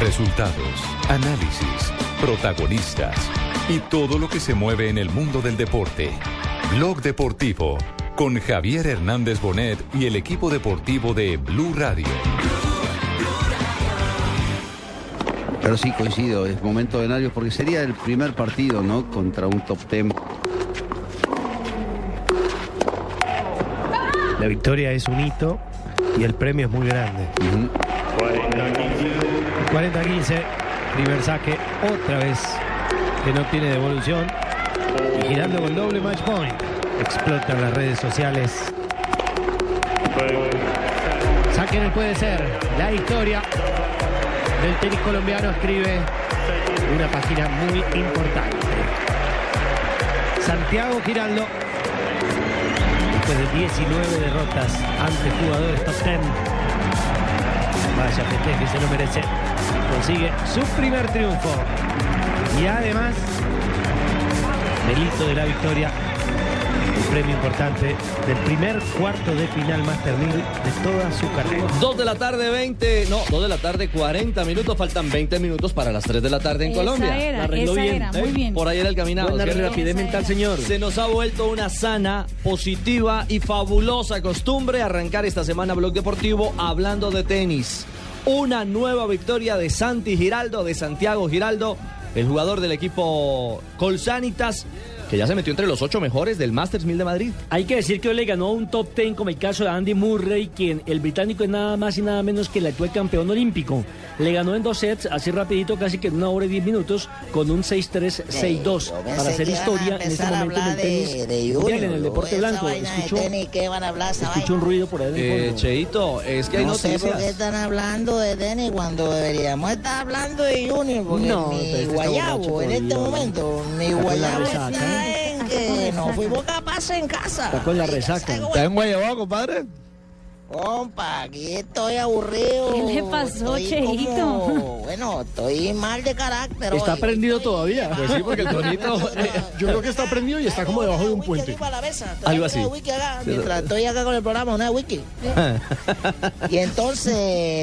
Resultados, análisis, protagonistas y todo lo que se mueve en el mundo del deporte. Blog Deportivo con Javier Hernández Bonet y el equipo deportivo de Blue Radio. Pero sí coincido, es momento de Narios porque sería el primer partido, ¿no? Contra un top ten. La victoria es un hito y el premio es muy grande. 40-15, primer saque, otra vez que no tiene devolución. Y girando con doble match point. Explotan las redes sociales. Saquen el puede ser. La historia del tenis colombiano escribe una página muy importante. Santiago Giraldo, después de 19 derrotas ante jugadores top 10, vaya festeje, se lo merece, consigue su primer triunfo y además delito de la victoria. Un premio importante del primer cuarto de final Master 1000 de toda su carrera. 2 de la tarde, 20, no, 2 de la tarde, 40 minutos, faltan 20 minutos para las 3 de la tarde en Esa Colombia. era, La arregló esa bien, era, ¿eh? muy bien. Por ahí era el caminado. Buena ¿cierto? rapidez mental, señor. Se nos ha vuelto una sana, positiva y fabulosa costumbre arrancar esta semana Blog Deportivo hablando de tenis. Una nueva victoria de Santi Giraldo, de Santiago Giraldo, el jugador del equipo Colsanitas, que ya se metió entre los ocho mejores del Masters 1000 de Madrid. Hay que decir que hoy le ganó un top ten como el caso de Andy Murray, quien el británico es nada más y nada menos que el actual campeón olímpico. Le ganó en dos sets, así rapidito, casi que en una hora y diez minutos, con un 6-3, 6-2. Yo Para pensé hacer que iban a historia en este empezar a momento en el hablar tenis, de- de mundial, Junior, en el deporte esa blanco. vaina de Escuchó, tenis, ¿qué van a hablar esa escuchó un vaina? ruido por ahí del Eh, fondo. Cheito, es que hay No sé noticias. por qué están hablando de tenis cuando deberíamos estar hablando de Junior, porque No, pero este mi está guayabo borracho en este todavía. momento, mi Está con la guayabo resaca, está ¿eh? en Está con que no resaca. fuimos capaces en casa. Está con la resaca. ¿Está en guayabo, compadre? Compa, aquí estoy aburrido. ¿Qué le pasó, Estoy Cheito? como- bueno, estoy mal de carácter. Está hoy. prendido Estoy- todavía. Pues sí, porque el tonito. eh, yo creo que está prendido y está como debajo de un puente. Algo Algo así. así. Ah. Mientras estoy acá con el programa, una wiki. Y entonces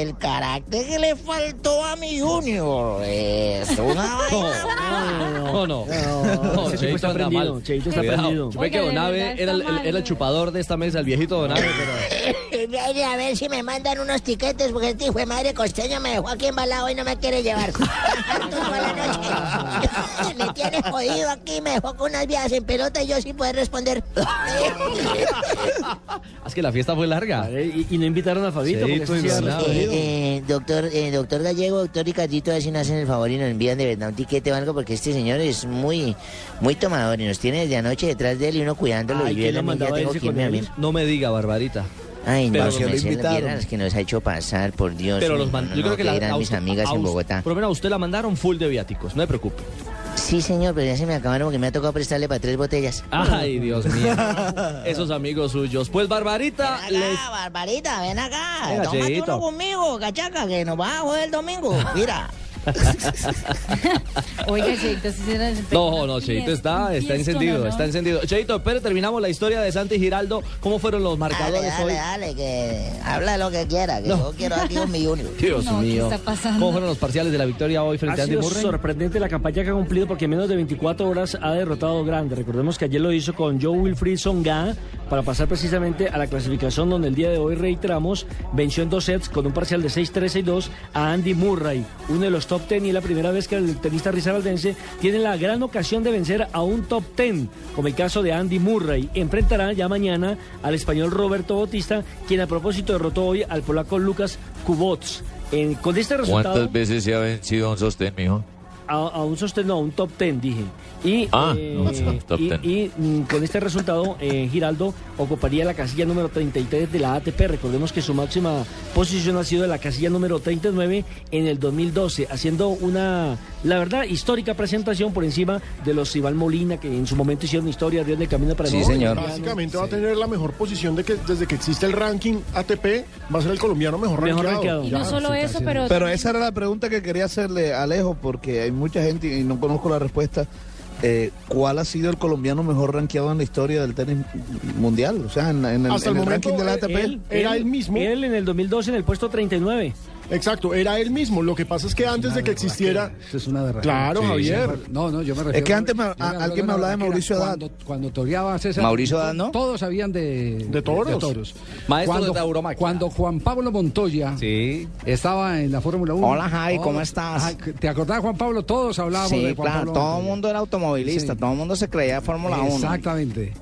el carácter que le faltó a mi Junior es una vaina. No, no. No, Ese tipo está anda prendido, Cheito está Cuidado. prendido. Yo me que Oiga, de Donave verdad era el, está mal, el- era el ¿no? chupador de esta mesa, el viejito Donave, pero. Ay, A ver si me mandan unos tiquetes porque este hijo de madre costeño me dejó aquí embalado y no me quiere llevar. Toda la noche. Me tiene jodido aquí, me dejó con unas vías en pelota y yo sí puedo responder. Es que la fiesta fue larga. Vale, Y, y no invitaron a Fabito, Sí, porque tú ese sí invitado. era Eh, resolvido. eh, doctor, eh, doctor Gallego, doctor Ricardito, a ver si nos hacen el favor y nos envían de verdad un tiquete o algo, porque este señor es muy, muy tomador y nos tiene desde anoche detrás de él y uno cuidándolo. Ay, y yo ¿quién lo ya también ya mandaba tengo ese que irme con a él? ver. No me diga, Barbarita. Ay, Pero no, sí si lo me hacen las invitaron. vieras que nos ha hecho pasar, por Dios. Pero no, los man- no, Yo creo no, que ¿qué la. dirán a mis usted- amigas a en usted- Bogotá. Por lo menos a usted la mandaron full de viáticos, no se preocupe. Sí, señor, pero ya se me acabaron porque me ha tocado prestarle para tres botellas. Ay, Dios mío. Esos amigos suyos. Pues Barbarita Ven acá, les. Barbarita, ven acá. Venga, Tómate Cheguito. uno conmigo, cachaca, que nos va a joder el domingo. Mira. Oiga, Cheito, si será el- No, no, Cheito está, está Fiestón, encendido, ¿no? está encendido. Cheito, pero terminamos la historia de Santi Giraldo. ¿Cómo fueron los Dale, marcadores Ah, pues dale, hoy? dale, que habla lo que quiera, que yo quiero aquí un mi Junior. Dios No, ¿qué mío. está pasando? ¿Cómo fueron los parciales de la victoria hoy frente Ha a Andy sido Murray? sorprendente la campaña que ha cumplido porque en menos de 24 horas ha derrotado grande. Recordemos que ayer lo hizo con Joe Wilfried Songa para pasar precisamente a la clasificación donde el día de hoy reiteramos venció en dos sets con un parcial de 6-3 y 2 a Andy Murray, uno de los top 10 y la primera vez que el tenista rizaraldense tiene la gran ocasión de vencer a un top 10, como el caso de Andy Murray. Enfrentará ya mañana al español Roberto Bautista, quien a propósito derrotó hoy al polaco Lucas Kubots. En- con este resultado ¿Cuántas veces se ha vencido un sostén, mijo? a, a un sostén, no, a un top ten, dije. Y, Ah, eh, no, sí, top y, 10. y, mm, con este resultado, eh, Giraldo ocuparía la casilla número 33 de la ATP. Recordemos que su máxima posición ha sido de la casilla número 39 en el 2012, haciendo una, la verdad, histórica presentación por encima de los Iván Molina, que en su momento hicieron historia, abrieron el camino para el Sí, nuevo señor. colombiano. Básicamente va a tener la mejor posición de que desde que existe el ranking ATP va a ser el colombiano mejor, Mejor rankeado. rankeado. Y no solo eso, pero... Pero esa era la pregunta que quería hacerle a Alejo, porque hay mucha gente y no conozco la respuesta. Eh, ¿Cuál ha sido el colombiano mejor rankeado en la historia del tenis mundial? O sea, en, la- en el, Hasta el en el momento, ranking de la eh, ATP. Él, Era él- él mismo. Él en el 2012 en el puesto 39. Exacto, era él mismo. Lo que pasa es que antes de que existiera. Eso es una derrapera. Claro, Javier. No, no, yo me refiero. que antes me- yo a- hablo alguien de me hablaba de una Mauricio vaquera. Haddad. Cuando, cuando toreaba César. Mauricio Haddad, ¿no? Todos sabían de. De toros. Maestro cuando, de tauromaquia. Cuando Juan Pablo Montoya. Sí. Estaba en la Fórmula 1. Hola, Javi, ¿cómo Todos- estás? Ay, ¿Te acordás, Juan Pablo? Todos hablábamos Sí, de Juan claro, Pablo todo el Montoya. mundo era automovilista, Sí. todo el mundo se creía Fórmula 1. Exactamente.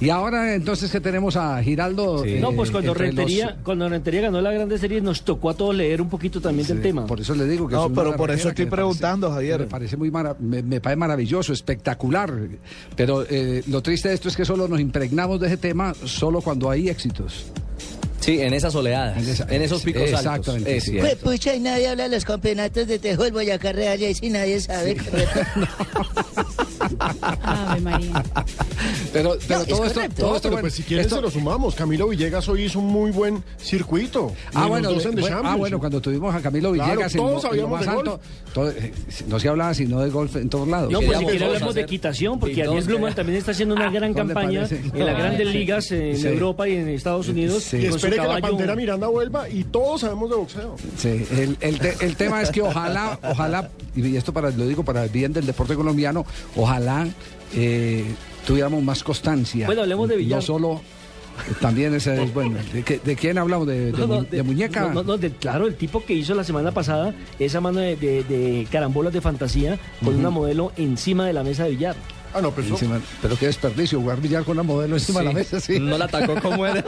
Y ahora entonces que tenemos a Giraldo. eh, No, pues cuando entre los- Rentería, cuando Rentería ganó la Grande Serie nos tocó a todos leer un poquito también del tema. Por eso le digo que No, es un pero Guadalajara por eso estoy que me parece- Me parece muy mara- me, me parece maravilloso, espectacular. Pero eh, lo triste de esto es que solo nos impregnamos de ese tema solo cuando hay éxitos. Sí, en esas oleadas, en, esos picos Exactamente, altos. sí. Es Pues, cierto. pucha, y nadie habla de los campeonatos de Tejol, Boyacá Real, y ahí sí nadie sabe. Pero, pero No, todo es correcto. esto, todo No, esto, pero bueno, pues si quieres esto- se lo sumamos. Camilo Villegas hoy hizo un muy buen circuito. Y Ah los bueno, dos en The bueno, ah, Champions. bueno, cuando tuvimos a Camilo Claro, Villegas en todos lo- en, lo, hablábamos más de alto, todo- eh, no se hablaba sino de golf en todos lados. No, pues si quiere hablamos de equitación, porque Pitón, Ariel Blumen que- también está haciendo una gran Ah, ¿Dónde campaña parece? en las Ah, grandes sí. ligas en Sí. Europa y en Estados Unidos. Sí. Y con su espere que la caballo- pantera Miranda vuelva y todos sabemos de boxeo. Sí, el, el te- el tema es que ojalá, ojalá, y esto para, lo digo para el bien del deporte colombiano, ojalá eh, tuviéramos más constancia. Bueno, hablemos de Villar. No solo, también ese es bueno. ¿De, qué- de quién hablamos? ¿De, de No, no, mu- de muñeca? No, no, no, de- claro, el tipo que hizo la semana pasada esa mano de, de- de carambolas de fantasía con Ujú. una modelo encima de la mesa de billar. Ah, no, pero, pero qué desperdicio, jugar billar con una pues, modelo encima de la mesa, sí. No la atacó como era.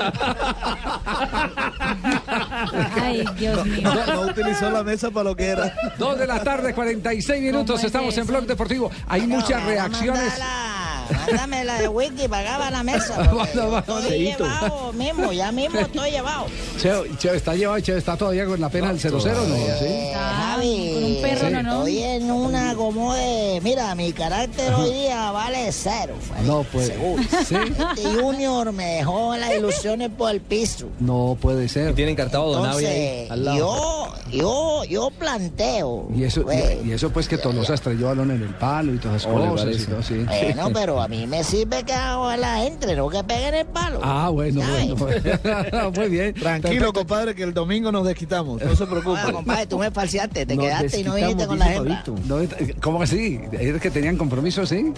Ay, Dios mío. No, no utilizó la mesa para lo que era. Dos de la tarde, 46 minutos, estamos en Blog Deportivo. Hay muchas reacciones. Ah, Mándame la de Wiki, pagaba la mesa. porque Bueno, bueno, Estoy Cheito. llevado mismo, ya mismo estoy llevado. Cheo, Cheo, está llevado, Cheo, está todavía con la pena del 0-0, ¿no? Eh, Sí. Javi, con un perro, no, no. Ah, Estoy en una como de. Mira, mi carácter hoy día vale cero. pues, No Pues, puede. Sí. Este Junior me dejó las ilusiones por el piso. No puede ser. Tiene encartado Don Avi ahí Entonces, al lado. yo, yo, yo planteo. Y eso, pues, y, y eso pues que Tolosa estrelló balón en el palo y todas esas Oh, le cosas. y parece. todo, sí. Bueno, pero a mí me sirve que la entre, no que peguen el palo. Ah, bueno, bueno. Muy bien. Tranquilo, compadre, que el domingo nos desquitamos. No se preocupe. Bueno, compadre, tú me falseaste, te Nos quedaste y no viniste desquitamos, con la dice hembra. Fabito. No, eh, ¿Cómo así? ¿Es que tenían compromiso, sí?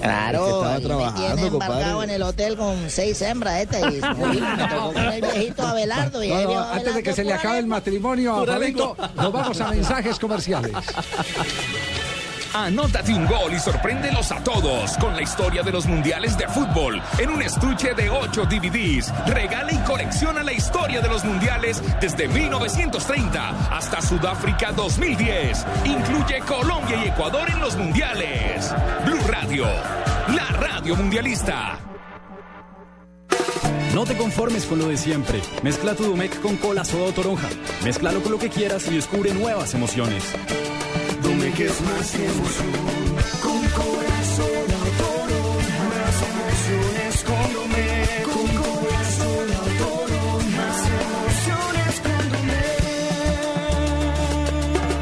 Claro, ahí me tiene embarcado en el hotel con seis hembras este y me tocó con el viejito Abelardo y No, ahí no, viejo antes de Abelardo que se le pura acabe el matrimonio a Pura Fabito, lengua. nos vamos a mensajes comerciales. Anótate un gol y sorpréndelos a todos con la historia de los mundiales de fútbol en un estuche de 8 DVDs. Regala y colecciona la historia de los mundiales desde 1930 hasta Sudáfrica 2010. Incluye Colombia y Ecuador en los mundiales. Blue Radio, la radio mundialista. No te conformes con lo de siempre. Mezcla tu Domec con cola, soda o toronja. Mezclalo con lo que quieras y descubre nuevas emociones. Domec es más Con corazón autónoma, más emociones con Domec. Con corazón autónoma, más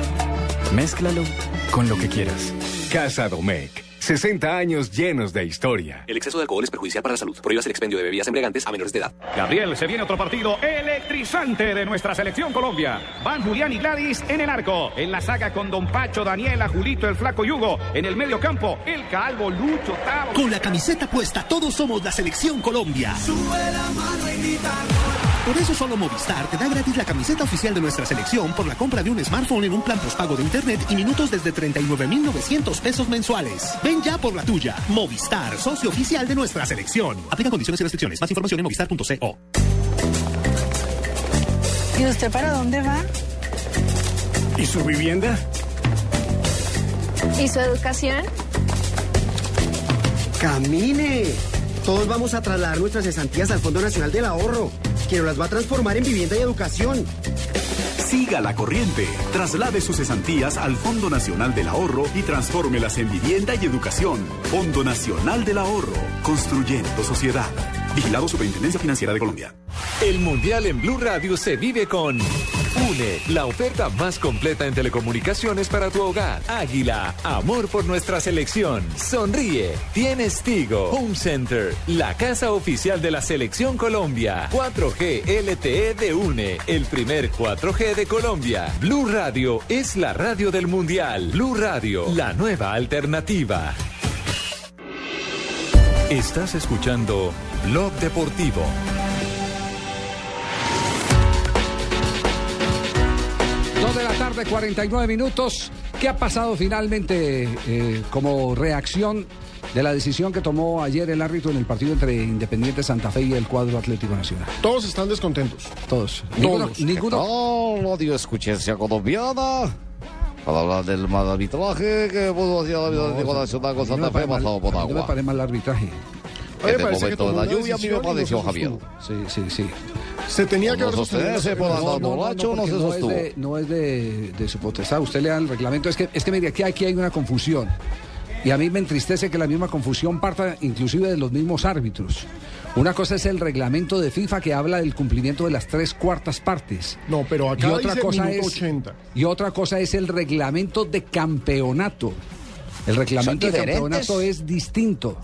emociones con Mézclalo con lo que quieras. Casa Domecq. 60 años llenos de historia. El exceso de alcohol es perjudicial para la salud. Prohíbas el expendio de bebidas embriagantes a menores de edad. Gabriel, se viene otro partido electrizante de nuestra selección Colombia. Van Julián y Gladys en el arco. En la saga con Don Pacho, Daniela, Julito, el Flaco y Hugo. En el medio campo, el Calvo, Lucho, Tavo. Con la camiseta puesta, todos somos la selección Colombia. Por eso solo Movistar te da gratis la camiseta oficial de nuestra selección por la compra de un smartphone en un plan postpago de internet y minutos desde 39.900 pesos mensuales. Ven ya por la tuya. Movistar, socio oficial de nuestra selección. Aplica condiciones y restricciones. Más información en movistar.co. ¿Y usted para dónde va? ¿Y su vivienda? ¿Y su educación? ¡Camine! Todos vamos a trasladar nuestras cesantías al Fondo Nacional del Ahorro, quien las va a transformar en vivienda y educación. Siga la corriente. Traslade sus cesantías al Fondo Nacional del Ahorro y transfórmelas en vivienda y educación. Fondo Nacional del Ahorro. Construyendo sociedad. Vigilado Superintendencia Financiera de Colombia. El Mundial en Blue Radio se vive con UNE, la oferta más completa en telecomunicaciones para tu hogar. Águila, amor por nuestra selección. Sonríe, tienes Tigo. Home Center, la casa oficial de la selección Colombia. 4G LTE E de UNE, el primer 4G de Colombia. Blue Radio es la radio del Mundial. Blue Radio, la nueva alternativa. Estás escuchando Blog Deportivo. Dos de la tarde, 49 minutos. ¿Qué ha pasado finalmente eh, como reacción de la decisión que tomó ayer el árbitro en el partido entre Independiente Santa Fe y el cuadro Atlético Nacional? Todos están descontentos. Todos. Ninguno. No, Oh, lo dio escuchencia colombiana. Para hablar del mal arbitraje que pudo hacer el Atlético Nacional con A mí no Santa me Fe parece mal- pasado por a mí no me agua. parece mal el arbitraje. En el momento de la lluvia a mí me pareció Javier. Sí, sí, sí. Se tenía que No haber sostenerse por andar borracho, no porque se sostuvo. No es de, no es de, de su potestad. Usted le da el reglamento. Es que, es que mire, aquí, aquí hay una confusión. Y a mí me entristece que la misma confusión parta inclusive de los mismos árbitros. Una cosa es el reglamento de FIFA que habla del cumplimiento de las tres cuartas partes. No, pero acá y otra dice cosa minuto es 80. y otra cosa es el reglamento de campeonato. El reglamento de diferentes. campeonato es distinto.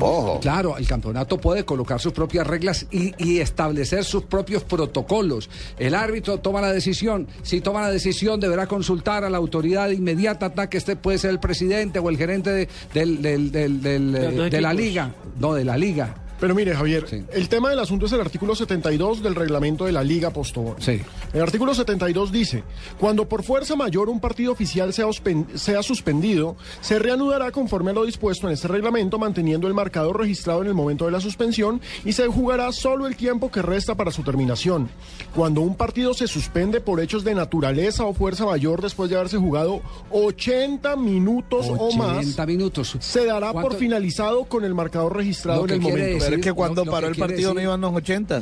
Ojo. Claro, el campeonato puede colocar sus propias reglas y, y establecer sus propios protocolos. El árbitro toma la decisión. Si toma la decisión, deberá consultar a la autoridad inmediata, ta, que este puede ser el presidente o el gerente de, del- del- del- del, De los dos eh, de la equipos. liga. No, de la liga. Pero mire, Javier, el tema del asunto es el artículo 72 del reglamento de la Liga Postobón. Sí. El artículo 72 dice, cuando por fuerza mayor un partido oficial sea, ospen- sea suspendido, se reanudará conforme a lo dispuesto en este reglamento, manteniendo el marcador registrado en el momento de la suspensión y se jugará solo el tiempo que resta para su terminación. Cuando un partido se suspende por hechos de naturaleza o fuerza mayor después de haberse jugado 80 minutos o más, 80 minutos. se dará por ¿Cuánto- finalizado con el marcador registrado Lo en que el quiere momento. decir- lo- lo que quiere decir-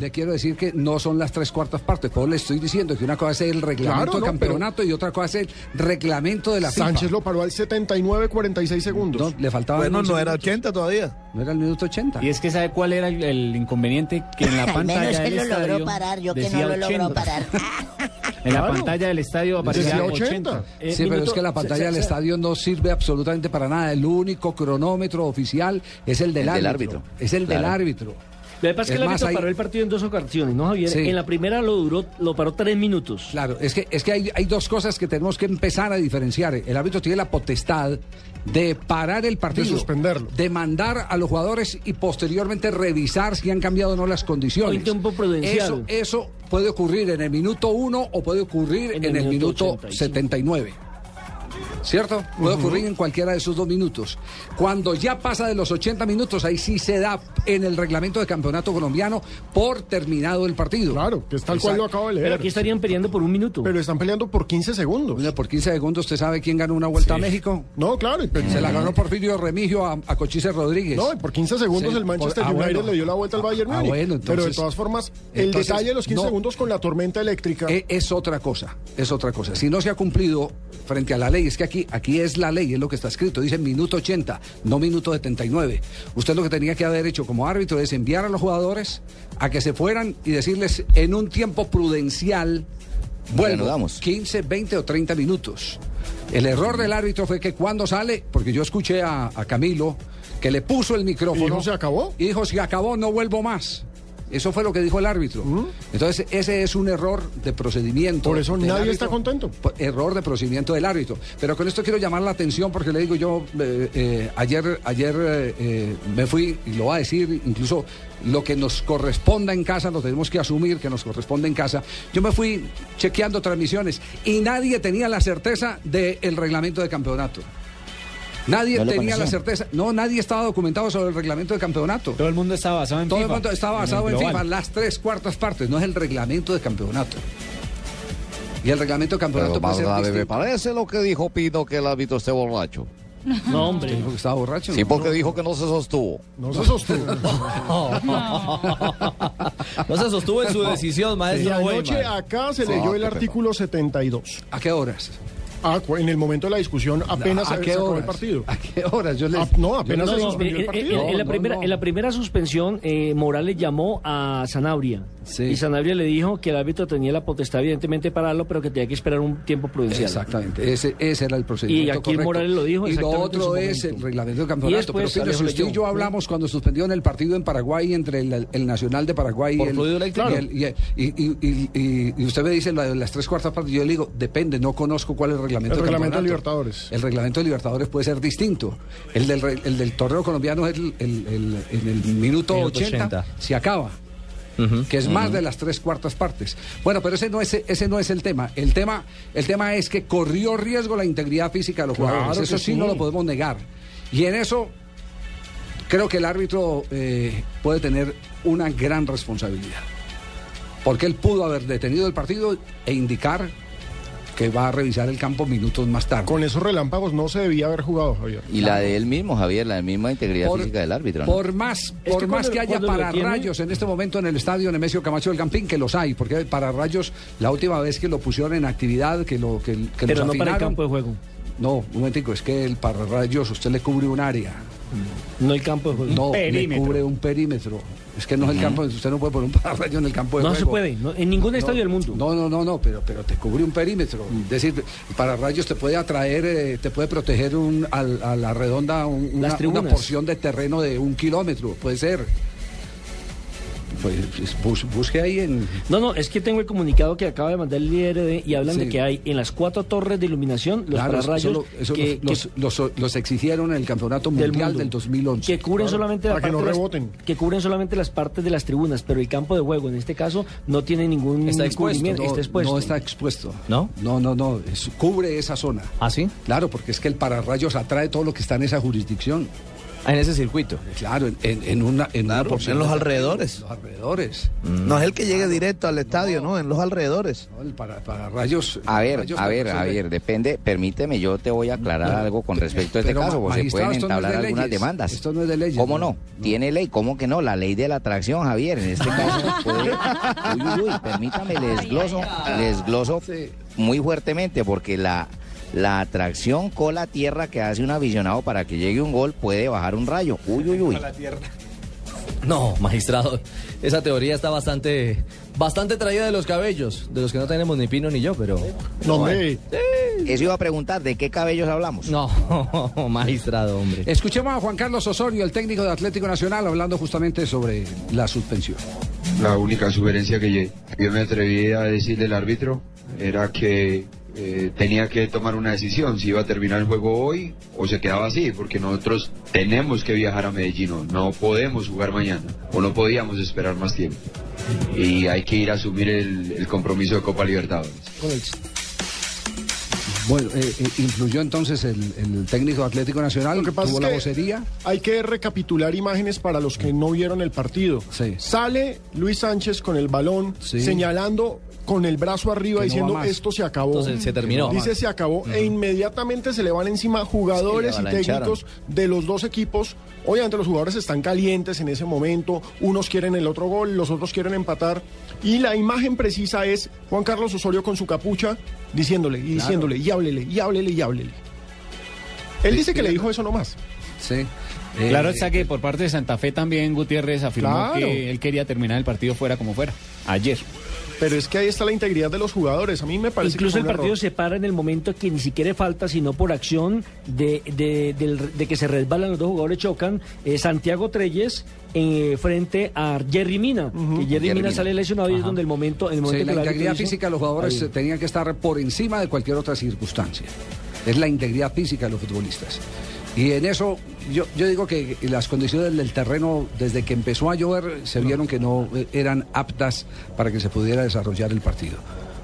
Le quiero decir que no son las tres cuartas partes. Por le estoy diciendo que una cosa es el reglamento Claro, de no, campeonato y otra cosa es el reglamento de la FIFA. Sánchez lo paró al 79-46 segundos. le faltaba Bueno, no era 80 todavía. No era el minuto 80. Y es que sabe cuál era el, el inconveniente que en la Al menos pantalla del él lo estadio logró parar, yo que no decía lo logró 80. parar. En la Claro. pantalla del estadio aparecía 80. Eh, Sí, pero minuto- es que la se- pantalla se- del estadio no sirve absolutamente para nada. El único cronómetro oficial es el del, El del árbitro. árbitro. Es el del Claro. árbitro. Lo que pasa es que el árbitro más, hay- paró el partido en dos ocasiones, ¿no, Javier? Sí. En la primera lo duró, lo paró tres minutos. Claro, es que, es que hay, hay dos cosas que tenemos que empezar a diferenciar. El árbitro tiene la potestad de parar el partido. De suspenderlo. De mandar a los jugadores y posteriormente revisar si han cambiado o no las condiciones. Hay tiempo prudencial. Eso, eso puede ocurrir en el minuto 1 o puede ocurrir en, el, minuto, 79. ¿Cierto? Puede Ujú. ocurrir en cualquiera de esos dos minutos. Cuando ya pasa de los 80 minutos, ahí sí se da en el reglamento de campeonato colombiano por terminado el partido. Claro, que es tal cual lo acabo de leer. Pero aquí estarían peleando por un minuto. Pero están peleando por 15 segundos. por 15 segundos, ¿usted sabe quién ganó una vuelta a México? No, claro. y- pues Se la ganó Porfirio Remigio a, a Cochise Rodríguez. No, y por 15 segundos Sí, el Manchester por- ah, United bueno. le dio la vuelta al Bayern Ah, Múnich. bueno, entonces- Pero de todas formas, el entonces, detalle de los 15 no. segundos con la tormenta eléctrica. E- Es, otra cosa, es otra cosa. Si no se ha cumplido frente a la ley, es que aquí, aquí es la ley, es lo que está escrito. Dice minuto 80, no minuto 79. Usted lo que tenía que haber hecho como árbitro es enviar a los jugadores a que se fueran y decirles en un tiempo prudencial, vuelvo, 15, 20 o 30 minutos. El error del árbitro fue que cuando sale, porque yo escuché a, a Camilo que le puso el micrófono. Y dijo, "Se acabó? Y dijo, se acabó, no vuelvo más. Eso fue lo que dijo el árbitro. Mm. Entonces, ese es un error de procedimiento. Por eso del nadie árbitro, está contento. por- Error de procedimiento del árbitro. Pero con esto quiero llamar la atención porque le digo yo, eh, eh, ayer, ayer eh, eh, me fui, y lo va a decir, incluso lo que nos corresponda en casa, lo tenemos que asumir que nos corresponde en casa. Yo me fui chequeando transmisiones y nadie tenía la certeza del reglamento de campeonato. Nadie No lo tenía la conocían. certeza, no, nadie estaba documentado sobre el reglamento de campeonato. Todo el mundo estaba basado en Todo el FIFA, mundo en estaba el basado en, global. FIFA, las tres cuartas partes, no es el reglamento de campeonato. Y el reglamento de campeonato Pero puede más ser grave me distinto. parece lo que dijo Pino que el árbitro esté borracho. No, hombre. Dijo que estaba borracho. Sí, porque dijo que no se sostuvo. No se sostuvo. No se sostuvo en su decisión, Y maestro. anoche Weyman. acá se leyó el artículo 72. ¿A qué horas? Ah, cu- en el momento de la discusión apenas ¿A se- qué se acabó horas? el partido. ¿A qué horas? Yo les- Ah, no, apenas Yo- se no, no, suspendió el eh, eh, partido. eh, en, la No, primera, no. en la primera suspensión, eh, Morales llamó a Sanabria. Y Sanabria le dijo que el árbitro tenía la potestad, evidentemente, de pararlo, pero que tenía que esperar un tiempo prudencial. Exactamente, ese, ese era el procedimiento. Y aquí correcto. Morales lo dijo. Y lo exactamente en su otro es el momento. reglamento del Y campeonato. después pero Pedro, Alejo si usted y leyó. yo hablamos cuando suspendieron el partido en Paraguay entre el, el Nacional de Paraguay Por y, el, fluido eléctrico. y, el- y el- y- y- y- y usted me dice la de las tres cuartas partes. Yo le digo, depende, no conozco cuál es el reglamento El del reglamento de campeonato. Libertadores. El reglamento de Libertadores puede ser distinto. El del, re- el del torneo colombiano es el, el- el- en el minuto Minuto 80, 80. se acaba. Que es más de las tres cuartas partes. Bueno, pero ese no es, ese no es el tema. El tema, el tema es que corrió riesgo la integridad física de los Claro jugadores. que Eso sí, sí. no lo podemos negar. Y en eso creo que el árbitro eh, puede tener una gran responsabilidad. Porque él pudo haber detenido el partido e indicar que va a revisar el campo minutos más tarde. Con esos relámpagos no se debía haber jugado, Javier. Y la de él mismo, Javier, la misma integridad Por- física del árbitro. ¿no? Por más, que por más cuando- que haya cuando lo pararrayos en este momento en el estadio Nemesio Camacho del Campín, que los hay, porque pararrayos la última vez que lo pusieron en actividad, que lo que, que Pero no los para el afinaron- campo de juego. No, un momentico, es que el pararrayos usted le cubre un área. No el campo de juego. No, le Perímetro. cubre un perímetro. Es que no es el Ujú. campo, usted no puede poner un pararrayo en el campo de No juego. se puede, no, en ningún estadio del mundo. Mm. No, no, no, no, pero, pero te cubre un perímetro. Es decir, para rayos te puede atraer, eh, te puede proteger un, al- a la redonda un- Las una, tribunas. una porción de terreno de un kilómetro, puede ser. Pues, bus- busque ahí en... No, no, es que tengo el comunicado que acaba de mandar el IRD y hablan Sí. de que hay en las cuatro torres de iluminación los Claro, eso pararrayos lo- eso que, los, que- los- los- los exigieron en el Campeonato Del Mundial mundo. del 2011. que cubren solamente la para que parte no de las- reboten. que cubren solamente las partes de las tribunas, pero el campo de juego en este caso no tiene ningún Está expuesto, cubrimiento, no, está expuesto. no está expuesto. ¿No? No, no, no. es- cubre esa zona. ¿Ah, sí? Claro, porque es que el pararrayos atrae todo lo que está en esa jurisdicción. Ah, En ese circuito. Claro, en, en- en una, en una porción en los de- alrededores. los alrededores. No es el que llegue directo al estadio, no, en los alrededores. No, el para, para rayos. A ver, rayos a que ver, son a de- eh, ver, depende, permíteme, yo te voy a aclarar algo con respecto a este pero, caso, porque se magistrado, pueden esto no es de entablar algunas leyes, demandas. Esto no es de leyes. ¿Cómo no? Tiene ley, ¿cómo que no? La ley de la atracción, Javier, en este caso. puede- Uy, uy, uy, permítame, le desgloso, le desgloso muy fuertemente, porque la, la atracción con la tierra que hace un aficionado para que llegue un gol puede bajar un rayo. Uy, uy, uy. No, magistrado, esa teoría está bastante, bastante traída de los cabellos, de los que no tenemos ni Pino ni yo, pero... No, hombre. Mm. Eso iba a preguntar, ¿de qué cabellos hablamos? No, magistrado, hombre. Escuchemos a Juan Carlos Osorio, el técnico de Atlético Nacional, hablando justamente sobre la suspensión. La única sugerencia que yo- que yo me atreví a decir del árbitro era que eh, tenía que tomar una decisión si iba a terminar el juego hoy o se quedaba así, porque nosotros tenemos que viajar a Medellín, no- no podemos jugar mañana o no podíamos esperar más tiempo. Y hay que ir a asumir el- el compromiso de Copa Libertadores. Bueno, eh, eh, influyó entonces el, el técnico de Atlético Nacional, Lo que pasa tuvo es la que vocería. hay que recapitular imágenes para los que no vieron el partido. Sale Luis Sánchez con el balón, Sí. señalando con el brazo arriba Que no diciendo va más. esto se acabó. Entonces, se terminó. Dice se acabó e inmediatamente se le van encima jugadores Sí, y le técnicos de los dos equipos. Obviamente los jugadores están calientes en ese momento, unos quieren el otro gol, los otros quieren empatar y la imagen precisa es Juan Carlos Osorio con su capucha diciéndole y diciéndole y háblele y háblele y háblele. Él dice que le dijo eso nomás. Sí. Eh, Claro está que por parte de Santa Fe también Gutiérrez afirmó Claro. que él quería terminar el partido fuera como fuera, ayer. Pero es que ahí está la integridad de los jugadores. A mí me parece Incluso que el fue un partido error. se para en el momento que ni siquiera es falta, sino por acción de, de- del- de que se resbalan los dos jugadores, chocan. eh, Santiago Treyes eh, frente a Jerry Mina. que Jerry, Jerry Mina Mina. sale lesionado y es donde el momento. En el momento que Sí, la el árbitro integridad dice, física de los jugadores ahí. eh, tenía que estar por encima de cualquier otra circunstancia. Es la integridad física de los futbolistas. Y en eso yo, yo digo que las condiciones del terreno desde que empezó a llover se vieron que no eh, eran aptas para que se pudiera desarrollar el partido.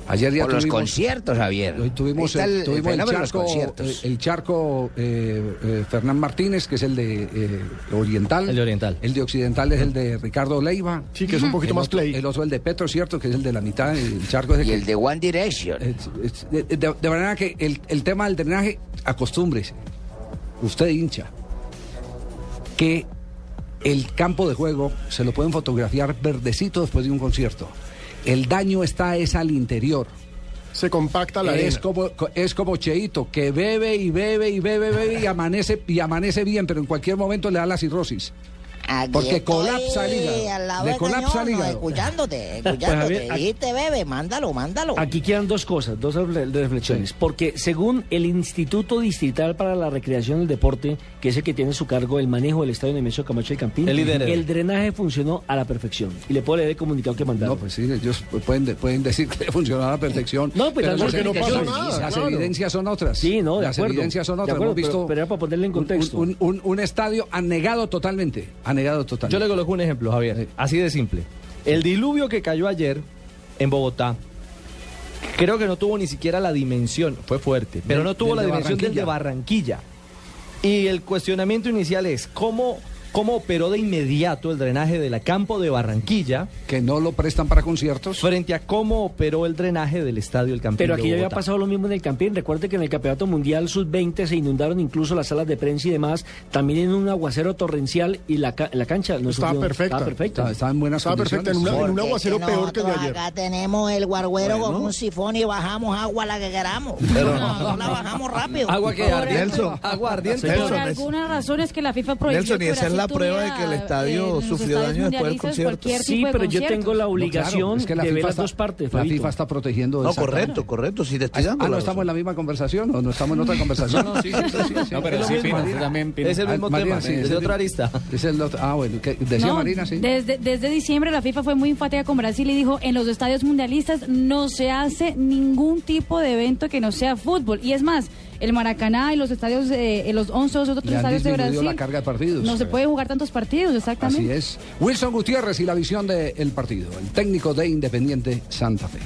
Ayer ya Por los tuvimos- conciertos, Javier. Hoy tuvimos, Está el, el- el tuvimos el fenómeno de los charco, eh, conciertos. el charco eh, eh, Fernán Martínez, que es el de eh, Oriental. El de Oriental. El de Occidental es el de Ricardo Leiva. Mm. Sí, que es un poquito El más otro- play. El otro, el de Petro, cierto, que es el de la mitad. El charco es el Y que- el de One Direction. es- es- de, de- de manera que el, el tema del drenaje, acostúmbrese. Usted hincha. Que el campo de juego se lo pueden fotografiar verdecito después de un concierto. El daño está es al interior. Se compacta la es arena. como, co- es como Cheito, que bebe y bebe y bebe, bebe y amanece, y amanece bien, pero en cualquier momento le da la cirrosis. Porque estoy colapsa el al hígado. lado Le del colapsa el cañón, no, hígado. Escuchándote, Pues, Javier, escuchándote. aquí- Dite, bebe, mándalo, mándalo. Aquí quedan dos cosas, dos refle- de reflexiones. Porque según el Instituto Distrital para la Recreación del Deporte, que es el que tiene su cargo el manejo del estadio Nemesio Camacho y Campín, El líder. drenaje funcionó a la perfección. Y le puedo leer el comunicado que mandaron. No, pues sí, ellos pues, pueden, de- pueden decir que funcionó a la perfección. No, pues, pero las las, porque no pasa evidencias, nada, las claro. evidencias son otras. Sí, no, de Las acuerdo. evidencias son De otras. acuerdo, Hemos visto pero- pero era para ponerle en un- un- contexto. Un, un- un estadio anegado totalmente. Anegado totalmente. Yo le coloco un ejemplo, Javier. Así de simple. El diluvio que cayó ayer en Bogotá, creo que no tuvo ni siquiera la dimensión, fue fuerte, pero Del- no tuvo del la de dimensión del de Barranquilla. Y el cuestionamiento inicial es, ¿cómo, ¿cómo operó de inmediato el drenaje del campo de Barranquilla? Que no lo prestan para conciertos. Frente a cómo operó el drenaje del estadio El Campín Pero de aquí ya había Bogotá. pasado lo mismo en el Campín. Recuerde que en el Campeonato Mundial Sub-20 se inundaron incluso las salas de prensa y demás. También en un aguacero torrencial y la, ca- la cancha. No Estaba sufrió- perfecta. Estaba perfecta. Estaba, estaba en buenas Estaba perfecta, condiciones. en una- en un Porque aguacero es peor que el de nosotros ayer. Acá tenemos el guarguero con Bueno. un sifón y bajamos agua a la que queramos. Pero- no, no la bajamos rápido. Agua que ardiente. Nelson. Agua ardiente. Nelson, Por es- algunas razones que la FIFA prohibió. Nelson, y pero esa es así la prueba de tuviera, que el estadio eh, en los sufrió estadios daño después del mundialistas concierto. cualquier Sí, tipo de pero yo concierto. tengo la No, claro, obligación es que la de ver FIFA las está- dos partes. La Fabito. FIFA está protegiendo. No, esa- correcto, correcto. Si te estoy dando Ah, la no estamos razón. en la misma conversación o no estamos en otra conversación. No, no, sí, sí, sí, sí, sí. No, pero Es lo sí, mismo, Pina, Marina. usted también, Pina. Es el mismo Ah, Marina, tema, sí, desde es el- otra arista. Es el otro- ah, bueno, que decía No, Marina, sí. desde, desde diciembre la FIFA fue muy enfática con Brasil y dijo, en los estadios mundialistas no se hace ningún tipo de evento que no sea fútbol. Y es más, el Maracaná y los estadios, eh, en los 11 o otros Le han estadios de disminuido Brasil, la carga de partidos. no se puede jugar tantos partidos, Así exactamente. es. Wilson Gutiérrez y la visión del partido. El técnico de Independiente Santa Fe.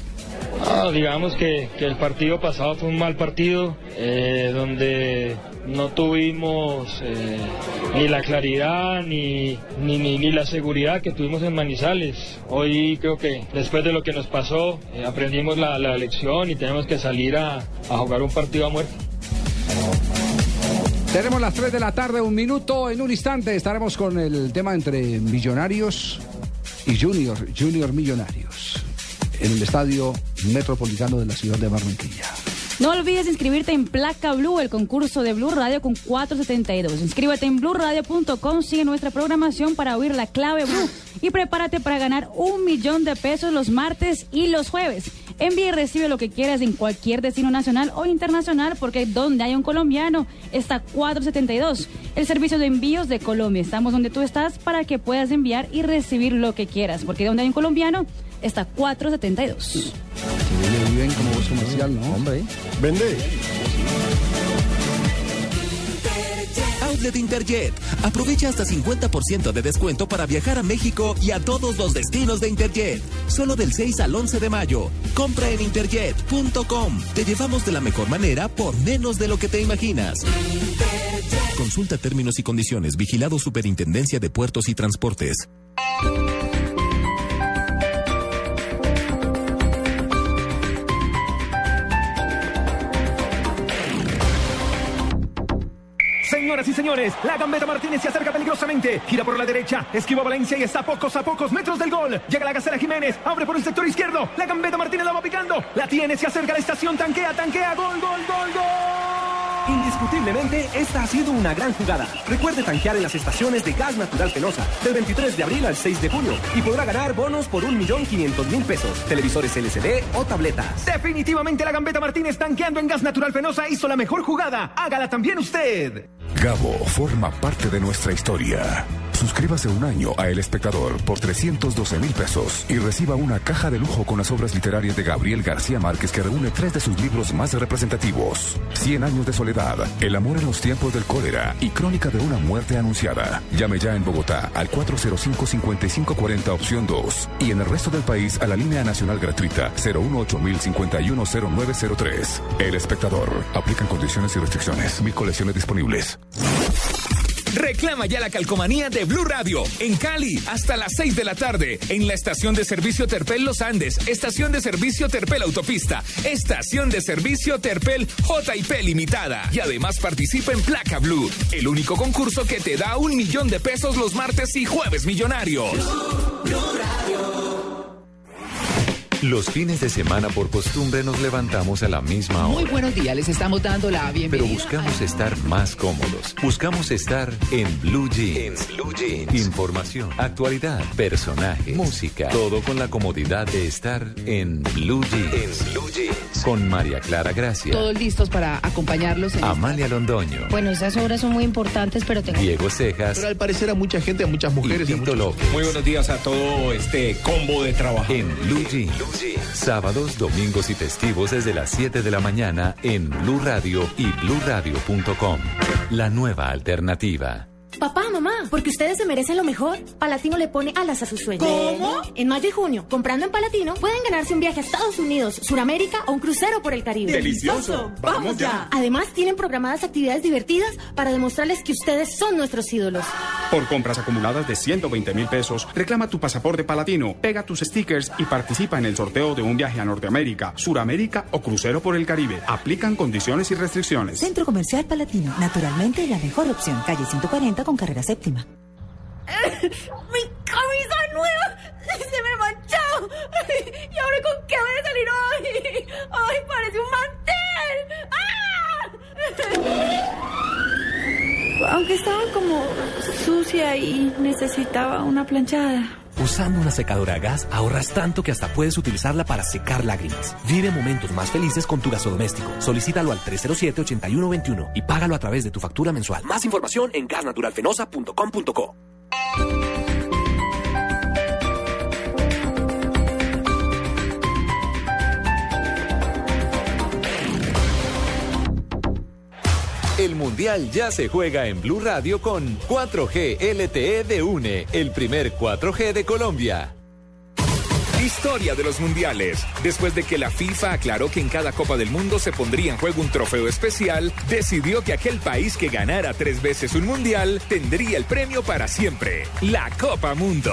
Ah, digamos que, que el partido pasado fue un mal partido, eh, donde no tuvimos eh, ni la claridad ni, ni, ni- ni la seguridad que tuvimos en Manizales. Hoy creo que después de lo que nos pasó, eh, aprendimos la, la lección y tenemos que salir a, a jugar un partido a muerte. Tenemos las 3 de la tarde, un minuto. En un instante estaremos con el tema entre Millonarios y Junior, Junior Millonarios, en el estadio metropolitano de la ciudad de Barranquilla. No olvides inscribirte en Placa Blue, el concurso de Blue Radio con 472. Inscríbete en bluradio.com, sigue nuestra programación para oír la clave Blue y prepárate para ganar un millón de pesos los martes y los jueves. Envía y recibe lo que quieras en cualquier destino nacional o internacional porque donde hay un colombiano está 472, el servicio de envíos de Colombia. Estamos donde tú estás para que puedas enviar y recibir lo que quieras porque donde hay un colombiano está 472. Le viven como voz comercial, ¿no? Hombre. Vende. Outlet Interjet. Aprovecha hasta 50% de descuento para viajar a México y a todos los destinos de Interjet. Solo del 6 al 11 de mayo. Compra en interjet.com. Te llevamos de la mejor manera por menos de lo que te imaginas. Consulta términos y condiciones. Vigilado Superintendencia de Puertos y Transportes. Señoras y señores, la gambeta Martínez se acerca peligrosamente. Gira por la derecha, esquiva a Valencia y está a pocos a pocos metros del gol. Llega la gacera Jiménez, abre por el sector izquierdo. La gambeta Martínez la va picando. La tiene, se acerca a la estación, tanquea, tanquea. Gol, gol, gol, gol. Indiscutiblemente, esta ha sido una gran jugada. Recuerde tanquear en las estaciones de gas natural Penosa del 23 de abril al 6 de junio y podrá ganar bonos por 1.500.000 pesos, televisores LCD o tabletas. Definitivamente la gambeta Martínez tanqueando en gas natural penosa hizo la mejor jugada. Hágala también usted. Gabo forma parte de nuestra historia. Suscríbase un año a El Espectador por 312 mil pesos y reciba una caja de lujo con las obras literarias de Gabriel García Márquez que reúne tres de sus libros más representativos. 100 años de soledad, El amor en los tiempos del cólera y Crónica de una muerte anunciada. Llame ya en Bogotá al 405-5540 opción 2 y en el resto del país a la línea nacional gratuita 018 510903 El Espectador. Aplican condiciones y restricciones. Mil colecciones disponibles. Reclama ya la calcomanía de Blue Radio en Cali hasta las 6 de la tarde en la estación de servicio Terpel Los Andes, estación de servicio Terpel Autopista, estación de servicio Terpel JIP Limitada y además participa en Placa Blue, el único concurso que te da un millón de pesos los martes y jueves millonarios. Los fines de semana por costumbre nos levantamos a la misma Muy hora, buenos días, les estamos dando la pero bienvenida. buscamos estar más cómodos. Buscamos estar en Blue Jeans. Información, actualidad, personajes, música, todo con la comodidad de estar en Blue Jeans. Con María Clara Gracia, Todos listos para acompañarlos en Amalia Londoño, Bueno, esas obras son muy importantes, pero tengo... Diego Cejas. Pero al parecer a mucha gente, a muchas mujeres. Muy buenos días a todo este combo de trabajo. En Blue Jeans. Sábados, domingos y festivos desde las 7 de la mañana en Blue Radio y bluradio.com. La nueva alternativa. Papá, mamá, porque ustedes se merecen lo mejor. Palatino le pone alas a sus sueños. ¿Cómo? En mayo y junio, comprando en Palatino, pueden ganarse un viaje a Estados Unidos, Suramérica o un crucero por el Caribe. ¡Delicioso! ¡Vamos ya! Además, tienen programadas actividades divertidas para demostrarles que ustedes son nuestros ídolos. Por compras acumuladas de 120 mil pesos, reclama tu pasaporte palatino, pega tus stickers y participa en el sorteo de un viaje a Norteamérica, Suramérica o crucero por el Caribe. Aplican condiciones y restricciones. Centro Comercial Palatino, naturalmente la mejor opción. Calle 140 con carrera séptima. ¡Mi camisa nueva! ¡Se me manchó! ¿Y ahora con qué voy a salir hoy? ¡Ay, parece un mantel! ¡Ah! Aunque estaba como sucia y necesitaba una planchada. Usando una secadora a gas ahorras tanto que hasta puedes utilizarla para secar lágrimas. Vive momentos más felices con tu gasodoméstico. Solicítalo al 307-8121 y págalo a través de tu factura mensual. Más información en gasnaturalfenosa.com.co. El Mundial ya se juega en Blue Radio con 4G LTE E de UNE, el primer 4G de Colombia. Historia de los mundiales. Después de que la FIFA aclaró que en cada Copa del Mundo se pondría en juego un trofeo especial, decidió que aquel país que ganara tres veces un mundial tendría el premio para siempre, la Copa Mundo.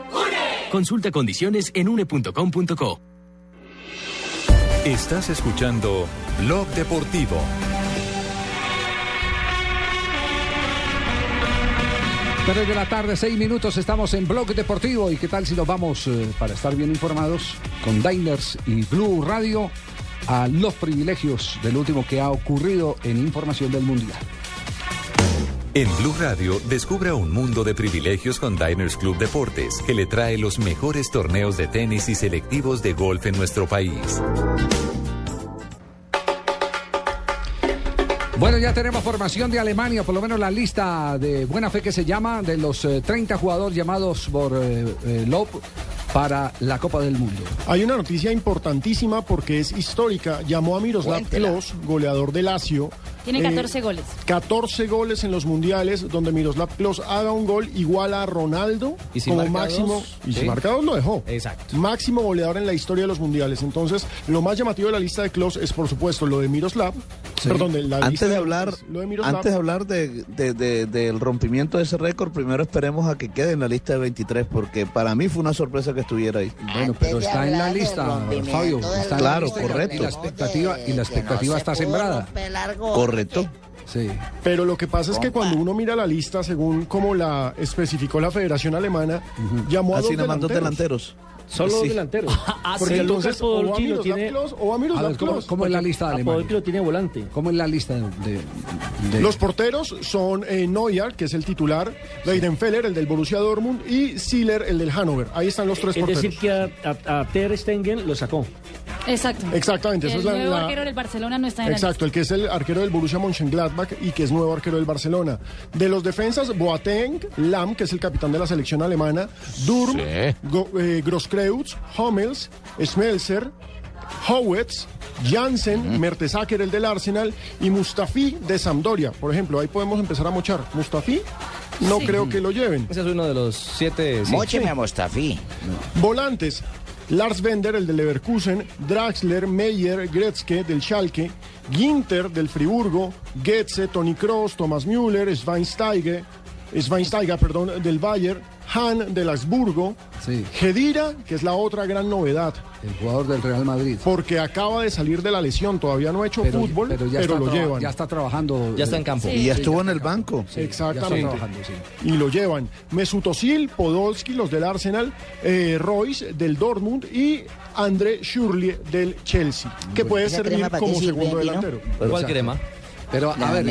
Consulta condiciones en une.com.co. Estás escuchando Blog Deportivo. Tres de la tarde, seis minutos, estamos en Blog Deportivo. ¿Y qué tal si nos vamos, eh, para estar bien informados, con Diners y Blue Radio a los privilegios del último que ha ocurrido en información del Mundial? En Blue Radio, descubra un mundo de privilegios con Diners Club Deportes, que le trae los mejores torneos de tenis y selectivos de golf en nuestro país. Bueno, ya tenemos formación de Alemania, por lo menos la lista de buena fe que se llama, de los eh, 30 jugadores llamados por eh, eh, Lop para la Copa del Mundo. Hay una noticia importantísima porque es histórica. Llamó a Miroslav Klose, goleador de Lazio. Tiene Eh, 14 goles. 14 goles en los mundiales, donde Miroslav Klose haga un gol igual a Ronaldo Y si como marca máximo. dos, y si sí. marca dos, lo dejó. Exacto. Máximo goleador en la historia de los mundiales. Entonces, lo más llamativo de la lista de Klose es, por supuesto, lo de Miroslav. Perdón, de la lista antes de hablar, lo de Miroslav. antes de hablar de- de- de- del rompimiento de ese récord, primero esperemos a que quede en la lista de 23, porque para mí fue una sorpresa que estuviera ahí. Bueno, pero está en la lista, Fabio. Está en la claro, lista y la- correcto. Y la expectativa, y la expectativa está pudo sembrada. Correcto. Sí. Pero lo que pasa es que cuando uno mira la lista, según como la especificó la Federación Alemana, llamó a Así dos Ah, nomás dos delanteros. delanteros. Solo dos delanteros. Porque Ah, Sí. entonces Lucas o va Podolski lo Miroslav tiene- Klose o va Miroslav A ver, ¿cómo- Klose. cómo es la lista de A Alemania? Podolski lo tiene volante. ¿Cómo es la lista de, de- de- Los porteros son eh, Neuer, que es el titular, Weidenfeller, el del Borussia Dortmund, y Ziller, el del Hannover. Ahí están los tres es porteros. decir, que a, a- a Ter Stegen lo sacó. Exacto. Exactamente, esa El es la- nuevo la- arquero del Barcelona no está en Exacto, el que es el arquero del Borussia Mönchengladbach y que es nuevo arquero del Barcelona. De los defensas, Boateng, Lam, que es el capitán de la selección alemana, Durm, Go- eh, Grosskreutz, Hummels, Schmelzer, Howitz, Jansen, Mertesacker, el del Arsenal, y Mustafi de Sampdoria. Por ejemplo, ahí podemos empezar a mochar. Mustafi, no Sí. creo que lo lleven. Ese es uno de los siete. Mócheme a Mustafi. Volantes. Lars Bender, el del Leverkusen, Draxler, Meyer, Gretzke del Schalke, Ginter del Friburgo, Goetze, Tony Kroos, Thomas Müller, Schweinsteiger, Schweinsteiger perdón, del Bayern, Hahn del Habsburgo, Gedira, que es la otra gran novedad. El jugador del Real Madrid. Porque acaba de salir de la lesión, todavía no ha hecho Pero- fútbol, pero, pero ya está lo traba- llevan. ya está trabajando, eh, Ya está en campo. sí, y ya sí, estuvo ya en el banco. Exactamente. trabajando, Y lo llevan. Mesutosil, Podolski, los del Arsenal, eh, Royce del Dortmund y André Schürrle del Chelsea, que puede Esa servir crema para qué como sirve, segundo Andy, no? delantero. ¿Cuál crema? Pero a La ver,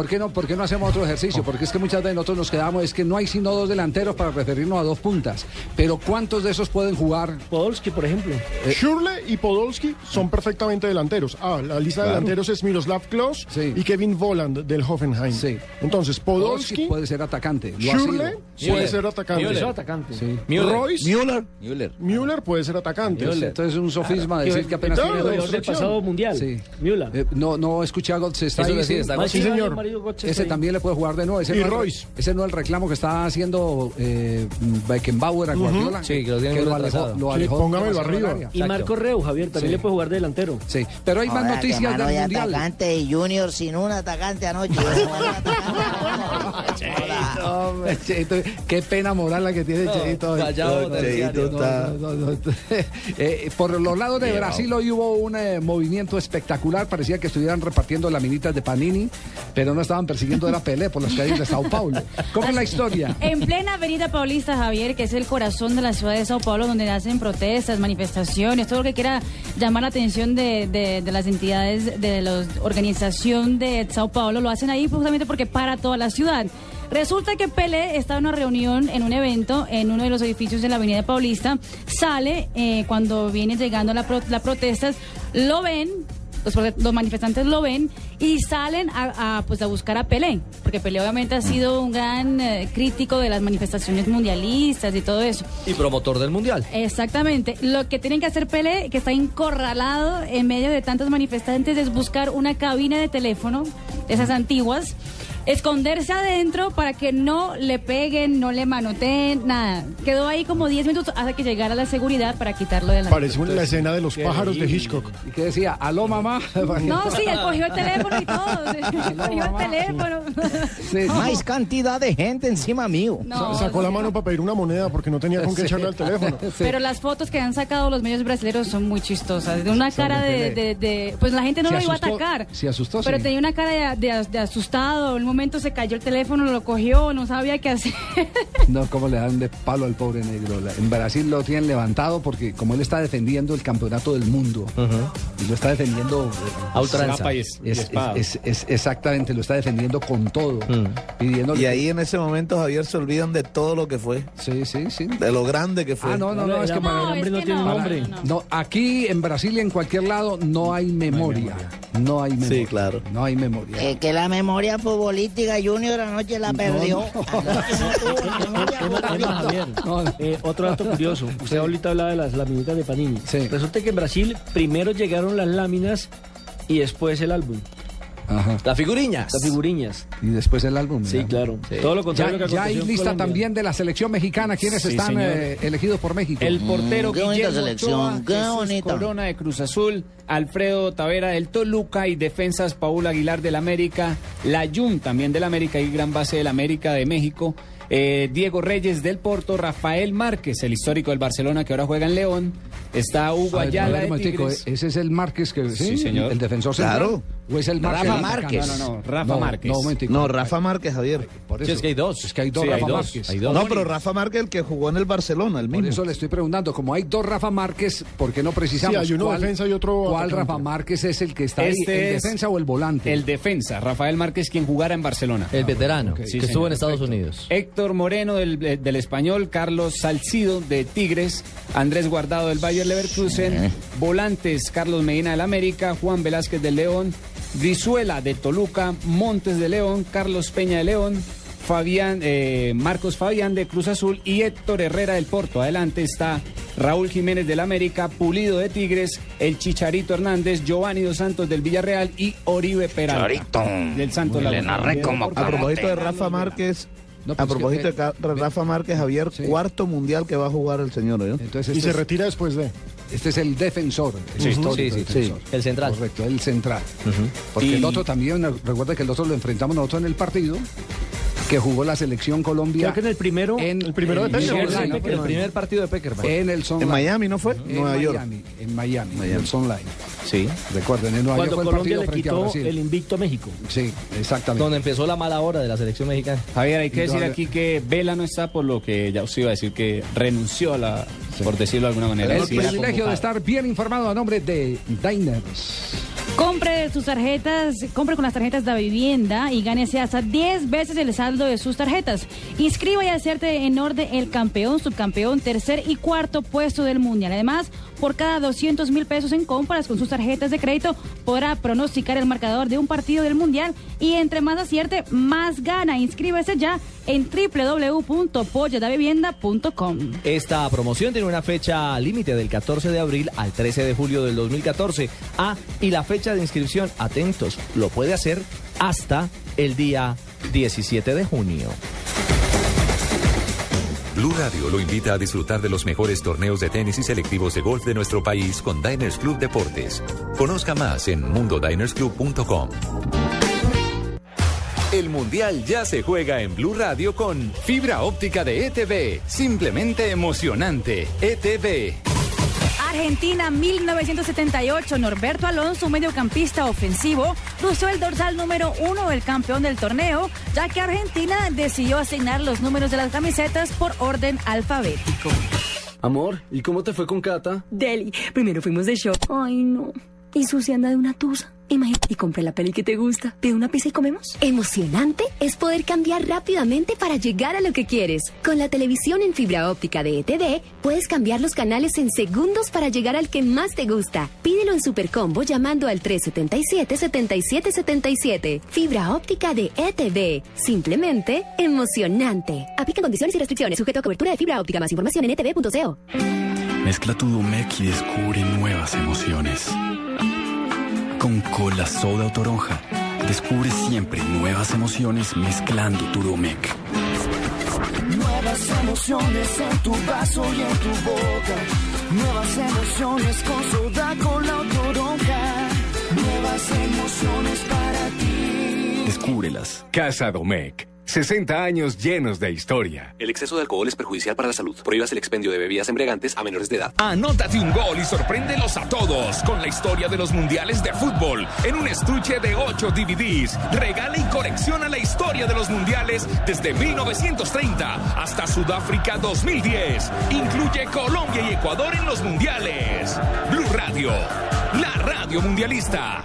¿por qué, no, ¿por qué no hacemos otro ejercicio? Porque es que muchas veces nosotros nos quedamos, es que no hay sino dos delanteros para preferirnos a dos puntas. Pero ¿cuántos de esos pueden jugar? Podolski, por ejemplo. Eh, Schürrle y Podolski son perfectamente delanteros. Ah, la lista de Claro. delanteros es Miroslav Klose y Kevin Voland del Hoffenheim. Entonces, Podolski, puede ser atacante. lo ha Schürrle sido. puede ser atacante. Müller. Sí. Royce. Müller. Müller puede ser atacante. Entonces, Entonces es un sofisma decir Ah, que apenas Claro, tiene de dos. del pasado mundial. Sí. Eh, no, no escuché a Götze, está Eso ahí. decía, está Ah, Götze. sí, señor. Götze está Ese ahí. también le puede jugar de nuevo. Ese Y no es- Royce. Ese no es el reclamo que está haciendo eh, Beckenbauer a Ujú. Guardiola. Sí, que lo tienen lo muy alejó. retrasado. Lo Sí, alejó póngamelo demasiado arriba. del área. Y Marco Reu, Javier, también le puede jugar de delantero. Sí, pero hay más Ahora, que noticias mano del de Mundial. atacante y Junior sin un atacante anoche. Cheito, qué pena moral la que tiene No, Cheito. hoy. callado del diario. no, no, no, no. Eh, Por los lados de Llevado. Brasil hoy hubo un eh, movimiento espectacular. Parecía que estuvieran repartiendo laminitas de Panini, pero no estaban persiguiendo de la Pelé por las calles de Sao Paulo. ¿Cómo es la historia? En plena Avenida Paulista, Javier, que es el corazón de la ciudad de Sao Paulo, donde hacen protestas, manifestaciones, todo lo que quiera llamar la atención de, de- de las entidades de la organización de Sao Paulo, lo hacen ahí justamente porque para toda la ciudad. Resulta que Pelé estaba en una reunión, en un evento, en uno de los edificios de la Avenida Paulista. Sale eh, cuando viene llegando la, pro- la protestas, lo ven, los, prote- pues, los manifestantes lo ven y salen a, a, pues, a buscar a Pelé, porque Pelé obviamente ha sido un gran eh, crítico de las manifestaciones mundialistas y todo eso. Y promotor del mundial. Exactamente. Lo que tienen que hacer Pelé, que está encorralado en medio de tantos manifestantes, es buscar una cabina de teléfono, de esas antiguas, esconderse adentro para que no le peguen, no le manoteen, nada. Quedó ahí como 10 minutos hasta que llegara la seguridad para quitarlo de la Parece una- la escena de los Qué pájaros de lindo. Hitchcock. ¿Y qué decía? ¿Aló, mamá? No, sí, él cogió el teléfono y todo. sí, cogió el teléfono. Más cantidad de gente encima mío. No, Sa- sacó la mano para pedir una moneda porque no tenía con qué Sí. echarle al teléfono. Pero las fotos que han sacado los medios brasileños son muy chistosas. De una Son cara de de, Pelé. de- de- Pues la gente no Se lo iba a asustó- atacar. se asustó, Pero sí. tenía una cara de, de- de asustado. En un momento se cayó el teléfono, lo cogió, no sabía qué hacer. No, cómo le dan de palo al pobre negro. La- En Brasil lo tienen levantado porque como él está defendiendo el campeonato del mundo y lo está defendiendo eh, A ultranza. Capa y es, es- y es- espada. es- es- exactamente lo está defendiendo con todo. pidiéndole- Mm. Y ahí en ese momento, Javier, se olvidan de todo lo que fue. Sí, sí, sí. De lo grande que fue. Ah, no, no, no, es que para el hombre no, tiene nombre. No, aquí en Brasil y en cualquier lado no hay memoria. No hay memoria. Sí, claro. No hay memoria. Es que la memoria futbolística Junior anoche la perdió. Es más, Javier, eh, otro dato curioso. Usted ahorita hablaba de las laminitas de Panini. Resulta que en Brasil primero llegaron las láminas y después el álbum. Ajá. Las figuriñas. Las figuriñas. Y después el álbum. Sí, claro. Todo lo contrario Ya, que ya hay aconteció en lista Colombia. también de la selección mexicana, quienes Sí, están señor. eh, elegidos por México. El portero Mm, qué bonita Guillermo selección, Ochoa, qué Jesús bonita. Corona de Cruz Azul, Alfredo Tavera del Toluca y defensas Paul Aguilar del América, Layun también del América y gran base del América de México, eh, Diego Reyes del Porto, Rafael Márquez, el histórico del Barcelona que ahora juega en León, está Hugo A ver, a Ayala ver, de momentico, eh, ¿e-, Tigres. ¿Ese es el Márquez que Sí, señor. el defensor central? Claro. ¿O es el Márquez? Rafa el atacante? Márquez. No, no, no, Rafa no, Márquez. No, momentico. No, Rafa Márquez, Javier. Por eso. Es que hay dos Rafa Márquez. No, pero Rafa Márquez, el que jugó en el Barcelona, el Por mismo. eso le estoy preguntando, como hay dos Rafa Márquez, ¿por qué no precisamos Sí, hay uno cuál, defensa y otro cuál atacante. Rafa Márquez es el que está ahí, Este el es- defensa o el volante? El defensa, Rafael Márquez, quien jugara en Barcelona. Ah, El veterano, Sí, que señor. estuvo en Estados Perfecto. Unidos. Héctor Moreno del, eh, del Español, Carlos Salcido de Tigres, Andrés Guardado del Bayer Leverkusen, Volantes, Carlos Medina del América, Juan Velázquez del León, Brizuela de Toluca, Montes de León, Carlos Peña de León. Fabián, eh, Marcos Fabián de Cruz Azul y Héctor Herrera del Porto. Adelante está Raúl Jiménez del América, Pulido de Tigres, el Chicharito Hernández, Giovanni Dos Santos del Villarreal y Oribe Peralta. Chicharito. Del Santos Laguna. Elena Reco, Bien, por favor. A propósito de Rafa Márquez, No, a pues propósito que- de Ca- Rafa Márquez Javier, cuarto mundial que va a jugar el señor. ¿eh? ¿oyó? Entonces este es- después de. Este es el defensor. el Sí, histórico sí, sí, defensor. sí. El central. Correcto, el central. Porque el otro también, recuerda que el otro lo enfrentamos nosotros en el partido que jugó la selección Colombia. Creo que en el primero. el primero de Peckerman. Sunlight. Sí, de Peckerman. El primer partido de Peckerman. Eh, En el Sunlight. ¿En Miami no fue? En Nueva York. Miami, en Miami, en el Sunlight. Sí. Recuerden, en Nueva Cuando York fue Colombia el partido le frente a quitó Brasil. el invicto a México. Sí, exactamente. Donde empezó la mala hora de la selección mexicana. Javier, hay que decir Indudable. aquí que Vela no está por lo que ya os iba a decir que renunció a la, por decirlo de alguna manera. El Sí, era privilegio de convocado. estar bien informado a nombre de Diners. Compre sus tarjetas, compre con las tarjetas de vivienda y gánese hasta 10 veces el saldo de sus tarjetas. Inscriba y hacerte en orden el campeón, subcampeón, tercer y cuarto puesto del mundial. Además, por cada 200 mil pesos en compras con sus tarjetas de crédito, podrá pronosticar el marcador de un partido del mundial y entre más acierte, más gana. Inscríbese ya en www.polladavivienda.com. Esta promoción tiene una fecha límite del 14 de abril al 13 de julio del 2014. Ah, y la fecha de inscripción, atentos, lo puede hacer hasta el día 17 de junio. Blue Radio lo invita a disfrutar de los mejores torneos de tenis y selectivos de golf de nuestro país con Diners Club Deportes. Conozca más en mundodinersclub.com. El Mundial ya se juega en Blue Radio con fibra óptica de ETV. Simplemente emocionante. E ETV. Argentina 1978, Norberto Alonso, un mediocampista ofensivo, cruzó el dorsal número uno del campeón del torneo, ya que Argentina decidió asignar los números de las camisetas por orden alfabético. Amor, ¿y cómo te fue con Cata? Deli, primero fuimos de show. Ay, no. Y Susi anda de una tusa. Imagínate, y compré la peli que te gusta. ¿Pide una pizza y comemos? Emocionante es poder cambiar rápidamente para llegar a lo que quieres. Con la televisión en fibra óptica de ETV, puedes cambiar los canales en segundos para llegar al que más te gusta. Pídelo en Supercombo llamando al 377-7777. Fibra óptica de ETV. Simplemente emocionante. Aplica condiciones y restricciones sujeto a cobertura de fibra óptica. Más información en E etv.co. Mezcla tu Domec y descubre nuevas emociones. Con cola, soda o toronja, descubre siempre nuevas emociones mezclando tu Domec. Nuevas emociones en tu vaso y en tu boca. Nuevas emociones con soda, con la toronja. Nuevas emociones para ti. Descúbrelas. Casa Domecq. 60 años llenos de historia. El exceso de alcohol es perjudicial para la salud. Prohíbas el expendio de bebidas embriagantes a menores de edad. Anótate un gol y sorpréndelos a todos con la historia de los mundiales de fútbol en un estuche de 8 DVDs. Regala y colecciona la historia de los mundiales desde 1930 hasta Sudáfrica 2010. Incluye Colombia y Ecuador en los mundiales. Blue Radio, la radio mundialista.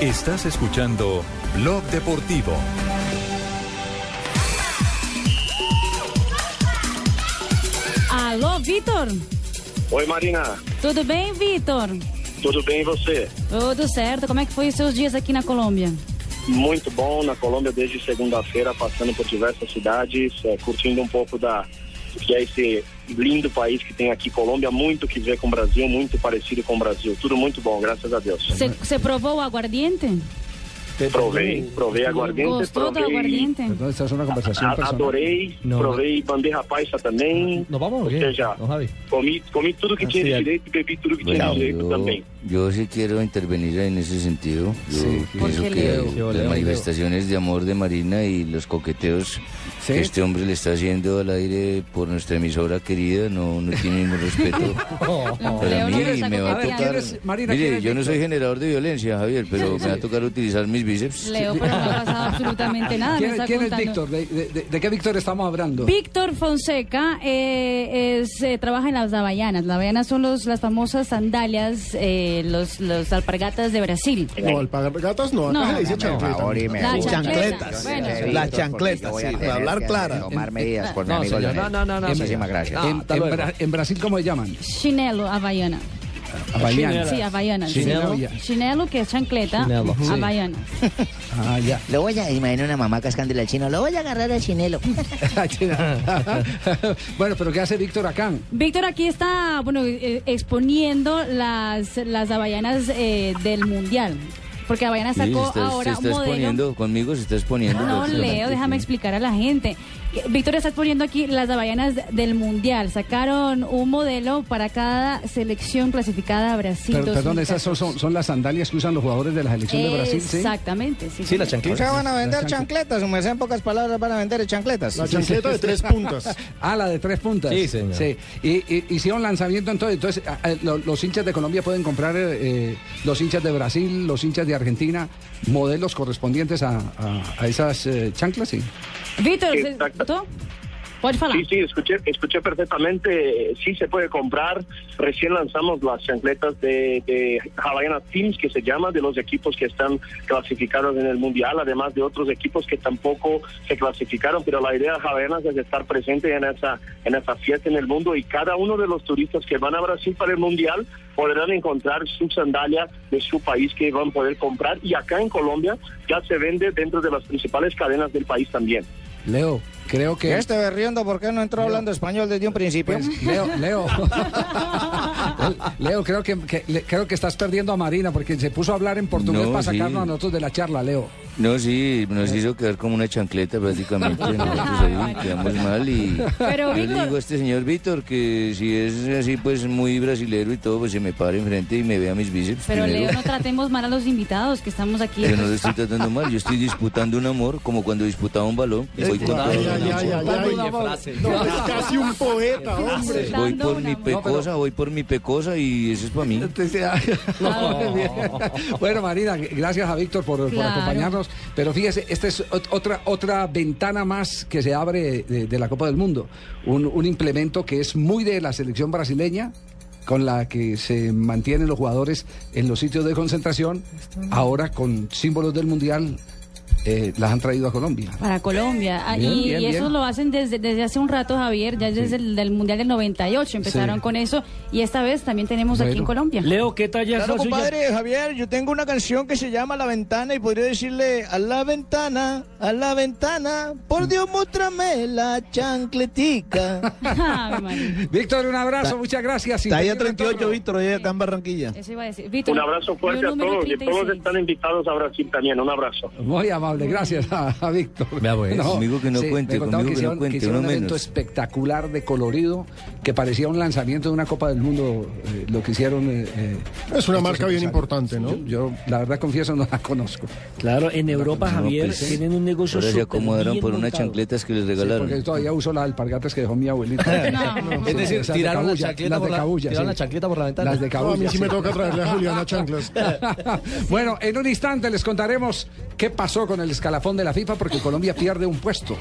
Estás escuchando Blog Deportivo. Alô, Vitor? Oi, Marina. Tudo bem, Vitor? Tudo bem e você? Tudo certo. Como é que foi os seus dias aqui na Colômbia? Muito bom na Colômbia desde segunda-feira, passando por diversas cidades, eh, curtindo um pouco da do que é esse lindo país que tem aqui, Colômbia, muito que ver com o Brasil, muito parecido com o Brasil. Tudo muito bom, graças a Deus. Você- Você provou o aguardiente? Provei, provei aguardente, Gostou do provei. aguardiente? Entonces, esta es una conversación a- personal. Adorei, provei bandeja paisa também. Não Assim é. vamos Ou seja, comi, comi tudo que tinha de direito e bebi tudo que tinha de direito yo, também. yo sí quiero intervenir en ese sentido. Yo pienso Porque que Leo- Leo, las Leo. manifestaciones de amor de Marina y los coqueteos Sí. que este hombre le está haciendo al aire por nuestra emisora querida no, no tienen respeto para mí y me va a ver, tocar. ¿quién es, Marina, ¿quién Mire, es yo no Víctor? soy generador de violencia, Javier, pero me va a tocar utilizar mis bíceps. Leo, pero no ha pasado absolutamente nada. me ¿Quién, está quién es contando. Víctor? ¿De, de- de- de qué Víctor estamos hablando? Víctor Fonseca eh, es, eh, trabaja en las dabayanas. Las dabayanas son los, las famosas sandalias eh, eh, los, los alpargatas de Brasil. No, alpargatas no, acá No. se le dice Por chancleta. favor, y me Las gusta. chancletas. Bueno. Las chancletas, sí, para hablar claro. Tomar medidas por mi No, amigo señor, Leonel. no, no, no, no, Muchísimas señor. gracias. Ah, En- hasta en luego. Bra- en Brasil, ¿cómo le llaman? Chinelo, Havaiana. Havaiana. Sí, Havaiana. Chinelo. Chinelo, que es chancleta. Chinelo, sí. Havaiana. Ah, ya. Lo voy a, imagino una mamá cascándole al chino, lo voy a agarrar al chinelo. bueno, pero ¿qué hace Víctor acá? Víctor aquí está, bueno, eh, exponiendo las, las Havaianas eh, del Mundial. Porque Havaiana sacó ahora un modelo. conmigo, se está exponiendo. No, Leo, déjame explicar a la gente. Que- Víctor está poniendo aquí las Havaianas del Mundial. Sacaron un modelo para cada selección clasificada a Brasil. Per- perdón, 2014. esas son, son, son las sandalias que usan los jugadores de la selección de Brasil, ¿sí? Exactamente, sí. Sí, la señor. chancleta. van a vender La chancle- chancletas, su merced, en pocas palabras van a vender chancletas. Sí, sí, sí. Ah, la de tres puntas. Sí, señor. Y, y- hicieron lanzamiento entonces. Entonces, ah, eh, lo- los hinchas de Colombia pueden comprar eh, eh, los hinchas de Brasil, los hinchas de Argentina, modelos correspondientes a, a- a esas eh, chanclas, sí. Víctor, ¿se Exacto. escuchó? ¿Puedes hablar? Sí, sí, escuché, escuché perfectamente. Eh, Sí se puede comprar. Recién lanzamos las chancletas de, de Havaiana Teams, que se llama, de los equipos que están clasificados en el Mundial, además de otros equipos que tampoco se clasificaron. Pero la idea de Havaianas es estar presente en esa, en esa fiesta en el mundo y cada uno de los turistas que van a Brasil para el Mundial podrán encontrar su sandalia de su país que van a poder comprar. Y acá en Colombia ya se vende dentro de las principales cadenas del país también. Leo, creo que. Pues, Este berriendo, ¿por qué no entró hablando español desde un principio? Leo, Leo. Leo, creo que, que- le- creo que estás perdiendo a Marina porque se puso a hablar en portugués No, para sí. sacarnos a nosotros de la charla, Leo. No, sí, Eh. nos hizo quedar como una chancleta prácticamente. Nosotros ahí quedamos mal y Pero, yo le Víctor- digo a este señor Víctor que si es así pues muy brasilero y todo, pues se me para enfrente y me vea mis bíceps Pero primero. Leo, no tratemos mal a los invitados que estamos aquí. Yo no lo estoy tratando mal, yo estoy disputando un amor como cuando disputaba un balón. Voy con todo Ay, mi ay, ay, ay, pecho. ay. No, es casi un poeta, hombre. Voy por mi pecosa, voy por mi pecosa y eso es para mí. este, ah, pues, Bueno, Marina, gracias a Víctor por, por Claro. acompañarnos. Pero fíjese, esta es ot- otra, otra ventana más que se abre de, de la Copa del Mundo. Un, un implemento que es muy de la selección brasileña, con la que se mantienen los jugadores en los sitios de concentración. Ah. Ahora con símbolos del Mundial, eh, las han traído a Colombia. Para Colombia. Ah, Bien, y, bien, y eso bien. lo hacen desde, desde hace un rato, Javier, ya desde el del Mundial del 98 empezaron Sí. con eso. Y esta vez también tenemos aquí en Colombia. Leo, ¿qué talla es Claro, la suya? compadre, Javier, yo tengo una canción que se llama La Ventana y podría decirle a la ventana, a la ventana, por Dios muéstrame la chancletica. Víctor, un abrazo, muchas gracias. Está ahí a Sin peligro 38, Víctor, hoy está en Barranquilla. Eso iba a decir. Víctor, Un abrazo fuerte yo a número todos y 36. todos están invitados a Brasil también. Un abrazo. Muy amable, gracias a, a Víctor. pues. Conmigo que no cuente, me conmigo que contaron no hicieron- cuente, hicieron uno un evento menos. espectacular de colorido que parecía un lanzamiento de una Copa del Mundo, eh, lo que hicieron. eh, eh, Es una estos marca bien empresarios. importante, ¿no? Yo, yo, la verdad confieso no la conozco. Claro, en Europa, Javier, pues, tienen un negocio Ahora se súper acomodaron bien por unas montado. chancletas que les Sí, regalaron. porque yo todavía uso las alpargatas que dejó mi abuelita. Es decir, Esas de tiraron la cabulla, chancleta las de por la- cabulla, tiraron sí. la chancleta por la ventana. Las de No, cabulla. a mí sí me toca traerle a Juliana chanclas. bueno, en un instante les contaremos qué pasó con el escalafón de la FIFA porque Colombia pierde un puesto.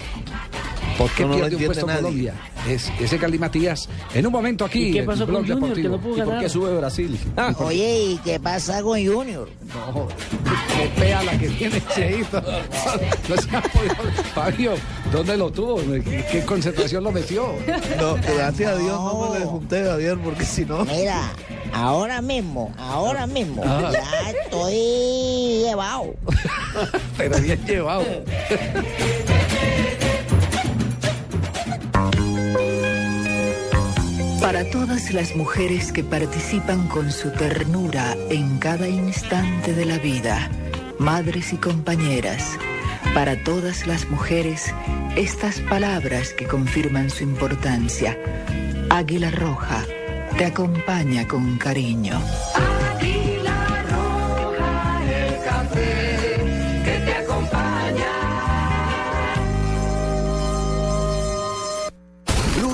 ¿Por qué No, no lo pierde un entiende puesto nadie. Colombia? Es, ese Cali Matías. En un momento aquí. ¿Y qué en pasó con Blog Junior, Deportivo. que no pudo ¿Y por ganar? qué sube Brasil? Ah, Oye, ¿y qué pasa con Junior? No, qué pea la que tiene Cheito. No se ha podido- Fabio, ¿dónde lo tuvo? ¿Qué- ¿Qué concentración lo metió? No, gracias a Dios no me le junté, Javier, porque si no. Mira, ahora mismo, ahora mismo, Ah. ya estoy llevado. Pero bien llevado. Para todas las mujeres que participan con su ternura en cada instante de la vida, madres y compañeras, para todas las mujeres, estas palabras que confirman su importancia. Águila Roja te acompaña con cariño. Águila roja, el café que te acompaña. Blue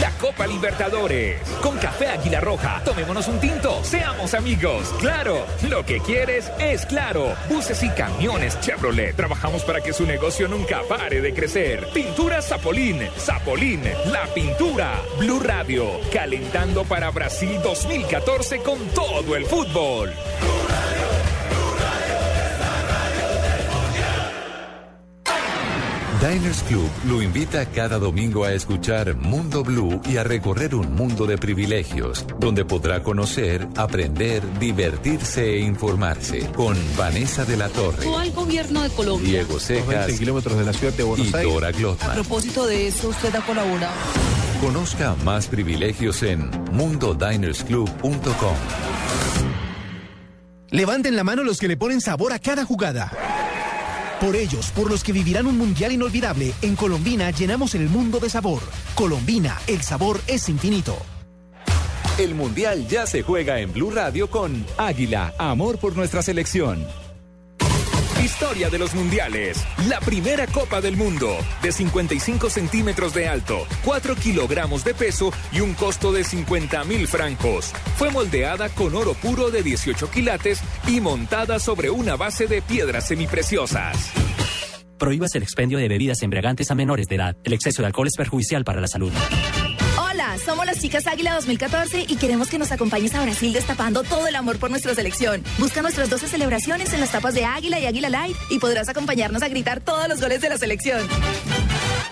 la Copa Libertadores. Con Café Águila Roja, tomémonos un tinto, seamos amigos. Claro, lo que quieres es claro. Buses y camiones Chevrolet. Trabajamos para que su negocio nunca pare de crecer. Pintura Zapolín, Zapolín, la pintura. Blue Radio, calentando para Brasil 2014 con todo el fútbol. Diners Club lo invita cada domingo a escuchar Mundo Blue y a recorrer un mundo de privilegios, donde podrá conocer, aprender, divertirse e informarse con Vanessa de la Torre, al gobierno de Colombia. Diego Cejas, kilómetros de la ciudad de Buenos y Dora Glotman. propósito de eso, usted ha colaborado. Conozca más privilegios en mundodinersclub.com. Levanten la mano los que le ponen sabor a cada jugada. Por ellos, por los que vivirán un mundial inolvidable, en Colombina llenamos el mundo de sabor. Colombina, el sabor es infinito. El Mundial ya se juega en Blue Radio con Águila, amor por nuestra selección. Historia de los mundiales. La primera Copa del Mundo. De 55 centímetros de alto, 4 kilogramos de peso y un costo de 50 mil francos. Fue moldeada con oro puro de 18 quilates y montada sobre una base de piedras semipreciosas. Prohíbas el expendio de bebidas embriagantes a menores de edad. El exceso de alcohol es perjudicial para la salud. Hola, somos las chicas Águila 2014 y queremos que nos acompañes a Brasil destapando todo el amor por nuestra selección. Busca nuestras 12 celebraciones en las tapas de Águila y Águila Light y podrás acompañarnos a gritar todos los goles de la selección.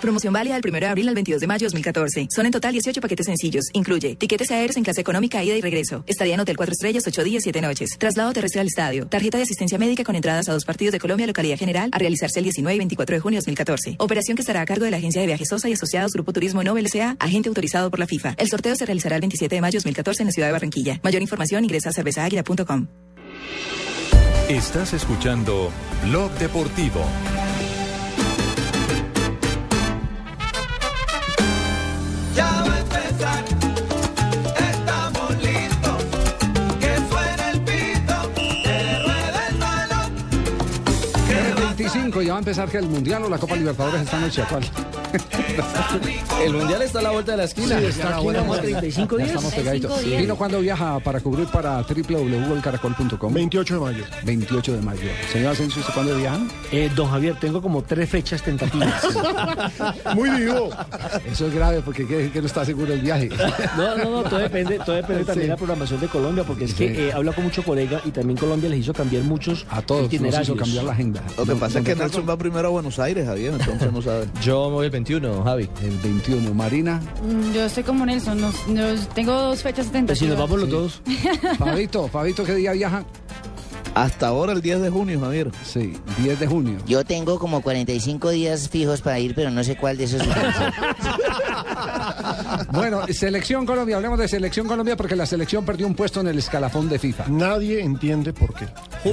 Promoción válida del 1 de abril al 22 de mayo 2014. Son en total 18 paquetes sencillos. Incluye tiquetes aéreos en clase económica, ida y regreso. Estadía en Hotel 4 Estrellas 8 días 7 noches. Traslado terrestre al estadio. Tarjeta de asistencia médica con entradas a dos partidos de Colombia, localidad general, a realizarse el 19 y 24 de junio de 2014. Operación que estará a cargo de la Agencia de Viajes Sosa y Asociados Grupo Turismo Nobel S.A., agente autorizado por la FIFA. El sorteo se realizará el 27 de mayo 2014 en la ciudad de Barranquilla. Mayor información ingresa a cervezaaguila.com. Estás escuchando Blog Deportivo. Ya va a empezar, estamos listos. Que suene el pito, que ruede el balón. 25, ya va a empezar que el Mundial o la Copa Libertadores esta noche, ¿cuál? El mundial está a la vuelta de la esquina. Sí, está aquí Ya nomás, la vuelta. 35 días. Ya estamos pegaditos. 35 días. Vino cuando viaja para cubrir para www.elcaracol.com. 28 de mayo. 28 de mayo. Señor Asensio, ¿usted cuándo viaja? Eh, don Javier, tengo como tres fechas tentativas. Muy vivo. Eso es grave porque quiere decir que no está seguro el viaje. No, no, no, todo depende, todo depende también de Sí. la programación de Colombia, porque es que Sí. eh, habla con mucho colega y también Colombia les hizo cambiar muchos a todos, nos hizo cambiar la agenda. Lo que No, pasa es que no, Nelson va primero a Buenos Aires, Javier, entonces no sabe. Yo me voy el 21, Javi. El 21. Marina. Mm, Yo estoy como Nelson, no- no- tengo dos fechas tentativas. los dos. Fabito, Fabito, ¿qué día viaja? Hasta ahora el 10 de junio, Javier. Sí, 10 de junio. Yo tengo como 45 días fijos para ir, pero no sé cuál de esos. Bueno, Selección Colombia, hablemos de Selección Colombia porque la selección perdió un puesto en el escalafón de FIFA. Nadie entiende por qué.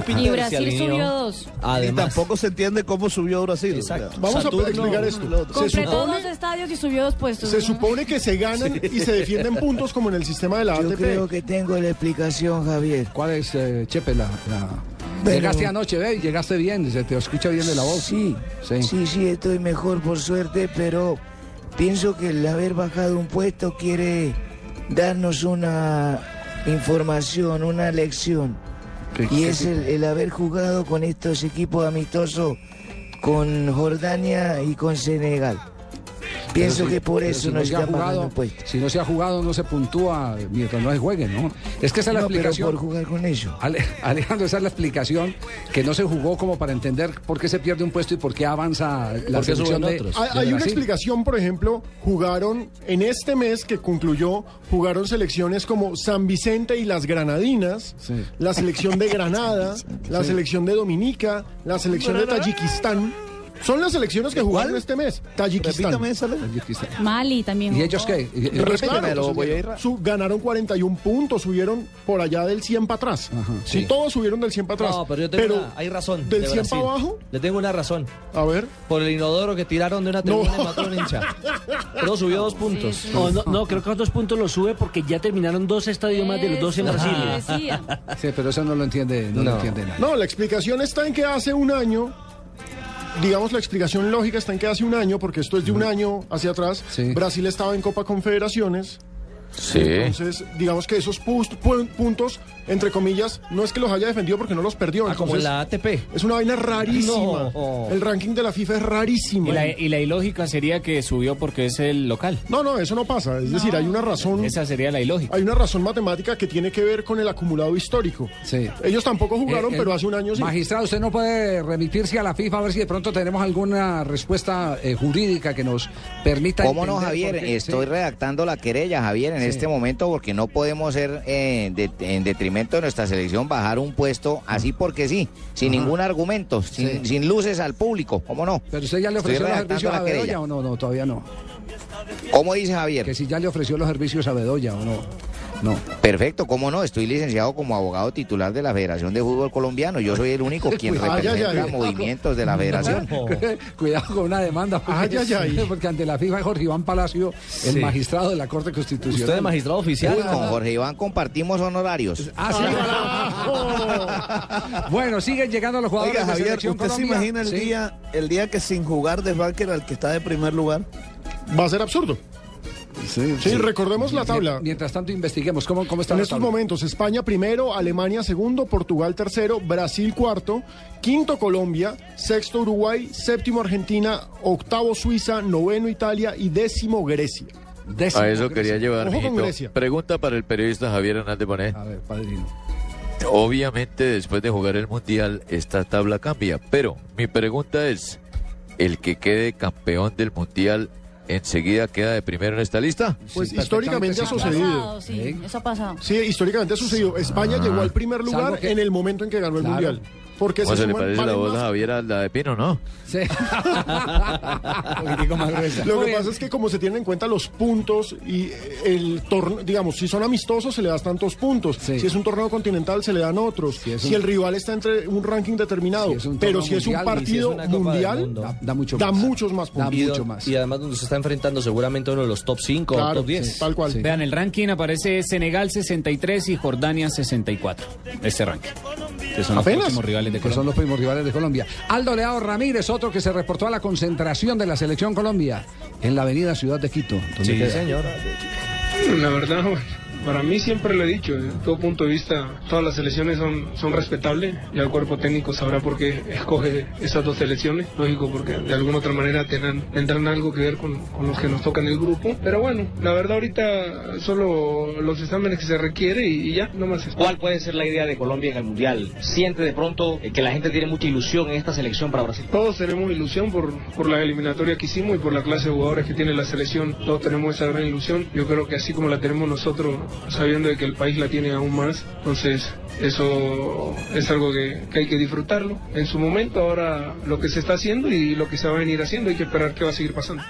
Y Brasil subió dos. Y tampoco se entiende cómo subió Brasil. O sea, Vamos a explicar lo esto. otro. Se Completó supone, dos estadios y subió dos puestos. se supone que se ganan Sí. y se defienden puntos como en el sistema de la ATP. creo que tengo la explicación, Javier. ¿Cuál es, eh, Chepe, la... la- Llegaste anoche, ve, y llegaste bien, se te escucha bien de la voz. Sí, sí, sí, estoy mejor por suerte, pero pienso que el haber bajado un puesto quiere darnos una información, una lección. ¿Qué- y qué- es el, el haber jugado con estos equipos amistosos, con Jordania y con Senegal. Pienso Pero si- que por pero eso si no nos pues. se ha están bajando jugado, un puesto. Si no se ha jugado, no se puntúa mientras no se juegue, ¿no? Es que esa es la No, pero explicación. por jugar con ellos. Ale- Alejandro, esa es la explicación que no se jugó como para entender por qué se pierde un puesto y por qué avanza la Porque selección de, Hay, de Ah, hay una Brasil. explicación, por ejemplo, jugaron en este mes que concluyó, jugaron selecciones como San Vicente y las Granadinas, la selección de Granada, la Sí. selección de Dominica, la selección de Tayikistán. Son las selecciones que jugaron este mes. Tayikistán. Tayikistán. Mali también. ¿Y jugó. ellos qué? Eh, Y- y- Pero Repíteme, claro, pues, lo voy a ir. su- ganaron 41 puntos, subieron por allá del 100 para atrás. Sí, todos subieron del 100 para atrás. No, pero yo tengo una- hay razón. ¿Del de 100 para Brasil. abajo? Le tengo una razón. A ver. Por el inodoro que tiraron de una tribuna y mató a un hincha. Pero subió dos puntos. No, no, no, creo que los dos puntos los sube porque ya terminaron dos estadios más de los Ah, dos en Eso Brasil. Sí, pero eso no lo entiende, no, lo entiende nadie. No, la explicación está en que hace un año digamos, la explicación lógica está en que hace un año, porque esto es de un año hacia atrás, Brasil estaba en Copa Confederaciones. Sí. Entonces, digamos que esos pus- pu- puntos, entre comillas, no es que los haya defendido porque no los perdió. Ah, como entonces, la ATP. Es una vaina rarísima. No. El ranking de la FIFA es rarísimo. Y la, y la ilógica sería que subió porque es el local. No, no, eso no pasa. Es decir, hay una razón. Esa sería la ilógica. Hay una razón matemática que tiene que ver con el acumulado histórico. Ellos tampoco jugaron, Eh, eh, pero hace un año sí. Magistrado, usted no puede remitirse a la FIFA a ver si de pronto tenemos alguna respuesta eh, jurídica que nos permita. ¿Cómo no, entender Javier? por qué- Estoy sí. redactando la querella, Javier, en este momento porque no podemos ser eh, de- en detrimento de nuestra selección bajar un puesto así porque sí, sin ningún argumento, sin, sin luces al público, ¿cómo no? Pero usted ya le Estoy ofreció los redactando servicios la a querella. Bedoya o no, no, todavía no. ¿Cómo dice Javier? Que si ya le ofreció los servicios a Bedoya o no. No. Perfecto, ¿cómo no? Estoy licenciado como abogado titular de la Federación de Fútbol Colombiano. Yo soy el único quien Cuidado. Ay, ay, representa ay. movimientos de la Federación. Cuidado con una demanda. Ah, Porque, Ay, ay, ay. porque ante la FIFA Jorge Iván Palacio, Sí. el magistrado de la Corte Constitucional. Uy, con Jorge Iván compartimos honorarios. Ah, sí. bueno, siguen llegando los jugadores Oiga, de Javier, Selección ¿usted se Colombia. imagina el, Sí. día, el día que sin jugar desbanquen al que está de primer lugar? Va a ser absurdo. Sí, Sí, recordemos la tabla. Mientras tanto, investiguemos cómo, cómo está En la estos tabla. momentos, España primero, Alemania segundo, Portugal tercero, Brasil cuarto, quinto Colombia, sexto Uruguay, séptimo Argentina, octavo Suiza, noveno Italia y décimo Grecia. A eso quería llevar, Ojo con mijito. Grecia. Pregunta para el periodista Javier Hernández Bonet. A ver, padrino. Obviamente, después de jugar el Mundial, esta tabla cambia. Pero mi pregunta es, ¿el que quede campeón del Mundial enseguida queda de primero en esta lista? Pues históricamente ha sucedido. Pasado, sí, ¿Eh? Eso ha pasado. Sí, históricamente ha sucedido. España Ah. llegó al primer Salvo lugar que- en el momento en que ganó el Claro. Mundial. Porque ¿Cómo se se le suman- parece la valen voz más de Javier a la de Pino, no? Sí. Lo Muy que bien. pasa es que como se tienen en cuenta los puntos y eh, el torneo, digamos, si son amistosos se le das tantos puntos, si es un torneo continental se le dan otros, si, un- el rival está entre un ranking determinado, pero si es un mundial y si es partido una Copa del mundial, Mundo. da, da mucho da muchos más Da puntos. mucho más. Y además donde se está enfrentando seguramente uno de los top 5 o top 10. Vean, el ranking aparece Senegal 63 y Jordania 64. Este ranking. Que son los Apenas. próximos rivales de Que son Colombia. los primos rivales de Colombia. Aldo Leao Ramírez, otro que se reportó a la concentración de la Selección Colombia en la avenida Ciudad de Quito. donde queda. La verdad, bueno, para mí siempre lo he dicho, de todo punto de vista, todas las selecciones son, son respetables. Ya el cuerpo técnico sabrá por qué escoge esas dos selecciones. Lógico, porque de alguna otra manera tendrán, tendrán algo que ver con, con los que nos tocan el grupo. Pero bueno, la verdad, ahorita solo los exámenes que se requiere y, y ya, no más. ¿Cuál puede ser la idea de Colombia en el Mundial? ¿Siente de pronto eh, que la gente tiene mucha ilusión en esta selección para Brasil? Todos tenemos ilusión por, por la eliminatoria que hicimos y por la clase de jugadores que tiene la selección. Todos tenemos esa gran ilusión. Yo creo que así como la tenemos nosotros, sabiendo de que el país la tiene aún más, entonces eso es algo que, que hay que disfrutarlo en su momento. Ahora lo que se está haciendo y lo que se va a venir haciendo, hay que esperar qué va a seguir pasando.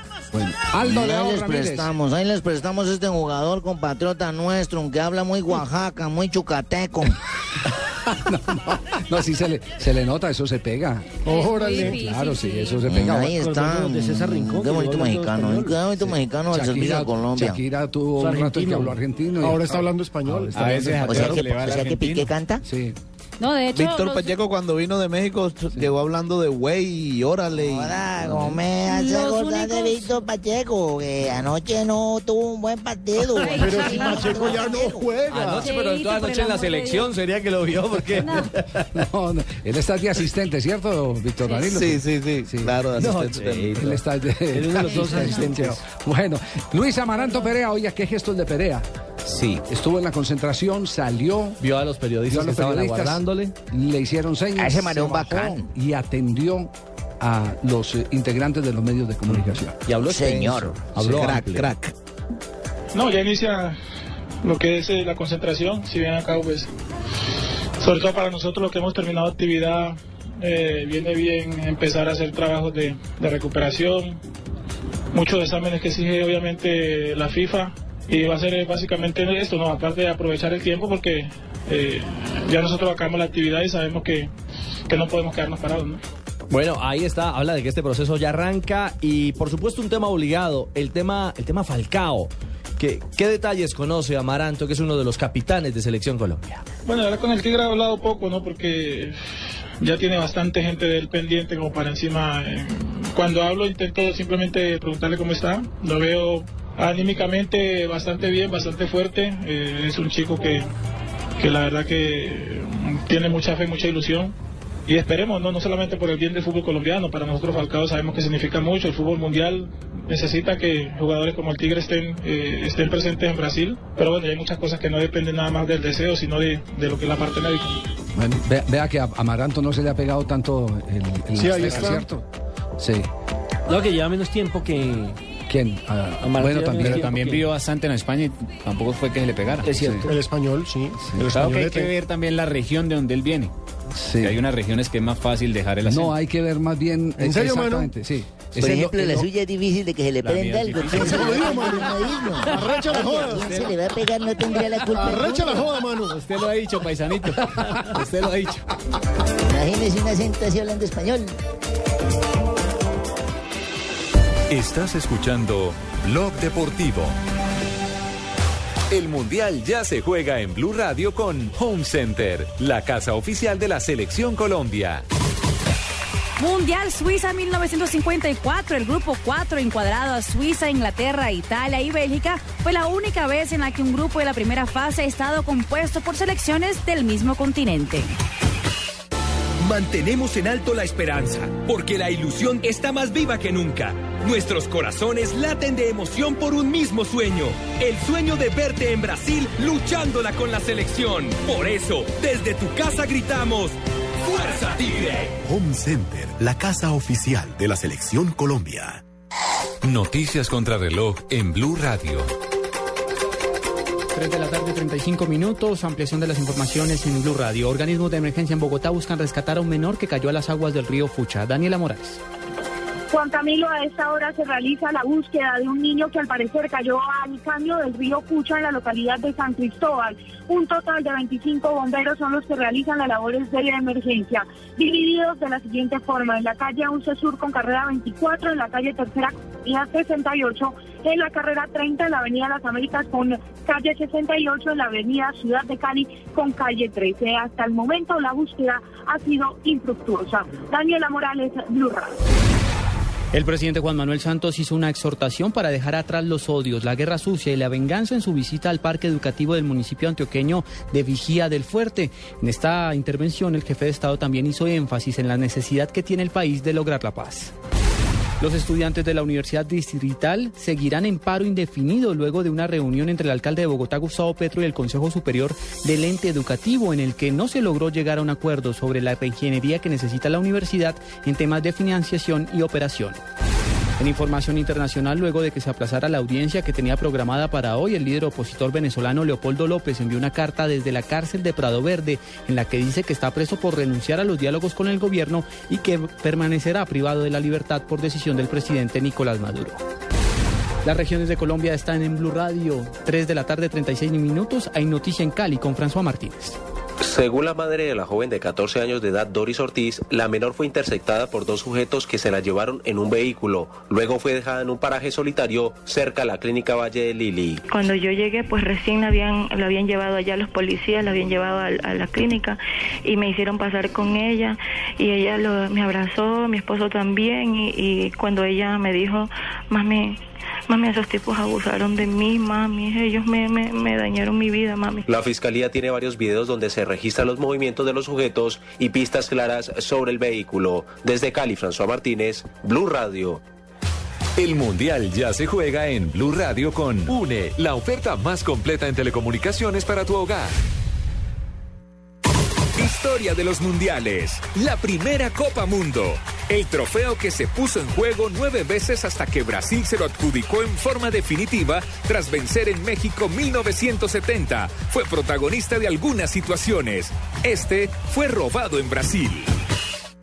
Aldo Y Leao ahí les Ramírez. prestamos, ahí les prestamos este jugador compatriota nuestro, que habla muy Oaxaca, muy chucateco. No, sí se le, se le nota, eso se pega. Órale. difícil, Claro, sí, eso se Mira, pega. ahí está, mm, Acordémonos qué que bonito habló todo mexicano, español. qué bonito mexicano al servicio de Colombia. Shakira tuvo un rato en que habló argentino. y Ahora está hablando español. está hablando español. O sea que- o sea que Piqué canta. Sí. No, de hecho, Víctor los- Pacheco cuando vino de México t- llegó hablando de güey y órale. y- Me hace Los acordar de Víctor Pacheco, que anoche no tuvo un buen partido. Pero si Pacheco ya no juega. Anoche, Ah, pero toda noche en la selección sería que lo vio porque... No, no, él está de asistente, ¿cierto, Víctor Sí. Danilo? Sí, sí, claro, de asistente también. él está de, Él es uno de los dos asistentes. Bueno, Luis Amaranto Perea, oiga, ¿qué gestos de Perea? Sí. Estuvo en la concentración, salió. Vio a los periodistas que estaban aguardándole. Le hicieron señas. A ese mareón se bajó bacán. Y atendió a los eh, integrantes de los medios de comunicación. Y habló Señor. extenso. Habló crack, amplio. crack. No, ya inicia lo que es eh, la concentración, si bien acá pues, sobre todo para nosotros los que hemos terminado actividad, eh, viene bien empezar a hacer trabajos de, de recuperación, muchos exámenes que exige obviamente la FIFA y va a ser eh, básicamente esto, ¿no? aparte de aprovechar el tiempo porque eh, ya nosotros acabamos la actividad y sabemos que, que no podemos quedarnos parados. ¿no? Bueno, ahí está, habla de que este proceso ya arranca y por supuesto un tema obligado, el tema, el tema Falcao. ¿Qué, ¿Qué detalles conoce Amaranto, que es uno de los capitanes de Selección Colombia? Bueno, ahora con el Tigre he hablado poco, ¿no? Porque ya tiene bastante gente del pendiente como para encima. eh, Cuando hablo intento simplemente preguntarle cómo está. Lo veo anímicamente bastante bien, bastante fuerte. Eh, es un chico que, que la verdad que tiene mucha fe, mucha ilusión. Y esperemos, ¿no? no solamente por el bien del fútbol colombiano, para nosotros Falcao sabemos que significa mucho, el fútbol mundial necesita que jugadores como el Tigre estén, eh, estén presentes en Brasil, pero bueno, hay muchas cosas que no dependen nada más del deseo, sino de, de lo que es la parte médica. Bueno, ve- vea que a Amaranto no se le ha pegado tanto el, el Sí, ahí Azteca, está. ¿cierto? Sí. No, que lleva menos tiempo que... ¿Quién? Martínez bueno, también, Mejía, pero también ¿por qué? vivió bastante en España y tampoco fue que se le pegara. Es cierto. El español, sí. El Claro que hay españolete. que ver también la región de donde él viene. Sí. hay unas regiones que es más fácil dejar el acento. No, hay que ver más bien. ¿En serio, mano? Exactamente, sí. Por Ese es lo- ejemplo, es la lo- suya es difícil de que se le La prenda mía es algo. difícil. entonces, Se lo digo, mano. Armadillo. Arrecha la Ay, joda. ¿a quién se le va a pegar? No tendría la culpa. Arrecha la nunca. joda, mano. Usted lo ha dicho, paisanito. Usted lo ha dicho. Imagínese un acento así hablando español. Estás escuchando Blog Deportivo. El Mundial ya se juega en Blue Radio con Home Center, la casa oficial de la Selección Colombia. Mundial Suiza 1954, el grupo 4 encuadrado a Suiza, Inglaterra, Italia y Bélgica, fue la única vez en la que un grupo de la primera fase ha estado compuesto por selecciones del mismo continente. Mantenemos en alto la esperanza, porque la ilusión está más viva que nunca. Nuestros corazones laten de emoción por un mismo sueño, el sueño de verte en Brasil luchándola con la selección. Por eso, desde tu casa gritamos, ¡Fuerza Tigre! Home Center, la casa oficial de la Selección Colombia. Noticias contra reloj en Blue Radio. 3 de la tarde, 35 minutos. Ampliación de las informaciones en Blue Radio. Organismos de emergencia en Bogotá buscan rescatar a un menor que cayó a las aguas del río Fucha. Daniela Morales. Juan Camilo, a esta hora se realiza la búsqueda de un niño que al parecer cayó al cambio del río Pucha en la localidad de San Cristóbal. Un total de 25 bomberos son los que realizan las labores de la emergencia, divididos de la siguiente forma. En la calle 11 Sur con carrera 24, en la calle Tercera con 68, en la carrera 30, en la avenida Las Américas con calle 68, en la avenida Ciudad de Cali con calle 13. Hasta el momento la búsqueda ha sido infructuosa. Daniela Morales, Blue Radio. El presidente Juan Manuel Santos hizo una exhortación para dejar atrás los odios, la guerra sucia y la venganza en su visita al Parque Educativo del municipio antioqueño de Vigía del Fuerte. En esta intervención, el jefe de Estado también hizo énfasis en la necesidad que tiene el país de lograr la paz. Los estudiantes de la Universidad Distrital seguirán en paro indefinido luego de una reunión entre el alcalde de Bogotá, Gustavo Petro, y el Consejo Superior del Ente Educativo, en el que no se logró llegar a un acuerdo sobre la reingeniería que necesita la universidad en temas de financiación y operación. En información internacional, luego de que se aplazara la audiencia que tenía programada para hoy, el líder opositor venezolano Leopoldo López envió una carta desde la cárcel de Prado Verde en la que dice que está preso por renunciar a los diálogos con el gobierno y que permanecerá privado de la libertad por decisión del presidente Nicolás Maduro. Las regiones de Colombia están en Blue Radio, 3 de la tarde 36 minutos, hay noticia en Cali con François Martínez. Según la madre de la joven de 14 años de edad, Doris Ortiz, la menor fue interceptada por dos sujetos que se la llevaron en un vehículo. Luego fue dejada en un paraje solitario cerca a la clínica Valle de Lili. Cuando yo llegué, pues recién la habían, la habían llevado allá los policías, la habían llevado al- a, la clínica y me hicieron pasar con ella y ella lo- me abrazó, mi esposo también y, y cuando ella me dijo, mami, mami, esos tipos abusaron de mí, mami, ellos me, me, me dañaron mi vida, mami. La fiscalía tiene varios videos donde se registran los movimientos de los sujetos y pistas claras sobre el vehículo. Desde Cali, François Martínez, Blue Radio. El Mundial ya se juega en Blue Radio con UNE, la oferta más completa en telecomunicaciones para tu hogar. Historia de los mundiales. La primera Copa Mundo. El trofeo que se puso en juego nueve veces hasta que Brasil se lo adjudicó en forma definitiva tras vencer en México 1970. Fue protagonista de algunas situaciones. Este fue robado en Brasil.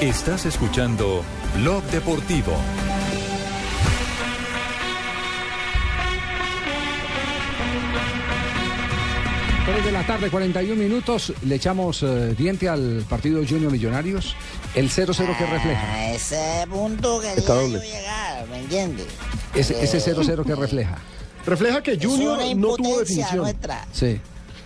Estás escuchando Blog Deportivo. Tres de la tarde, 41 minutos. Le echamos eh, diente al partido Junior Millonarios. El 0-0 que refleja. A Ah, ese punto que Está yo doble. llegar, ¿me entiendes? Ese ese 0-0 que refleja. Refleja que Junior una no tuvo impotencia definición. nuestra. Sí.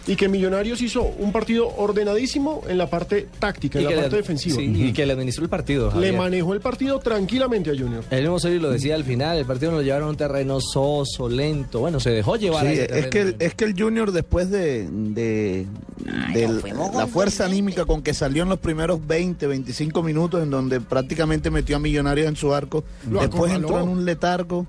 Y que Millonarios hizo un partido ordenadísimo en la parte táctica, en la parte defensiva. sí, y que le administró el partido. Le Javier. manejó el partido tranquilamente a Junior. El mismo Solís lo decía al final, el partido nos lo llevaron a un terreno soso, lento. Bueno, se dejó llevar a Sí, ese es, terreno. que el, es que el Junior después de, de- del- la fuerza anímica con que salió en los primeros 20, 25 minutos, en donde prácticamente metió a Millonarios en su arco, Lo después acorraló. entró en un letargo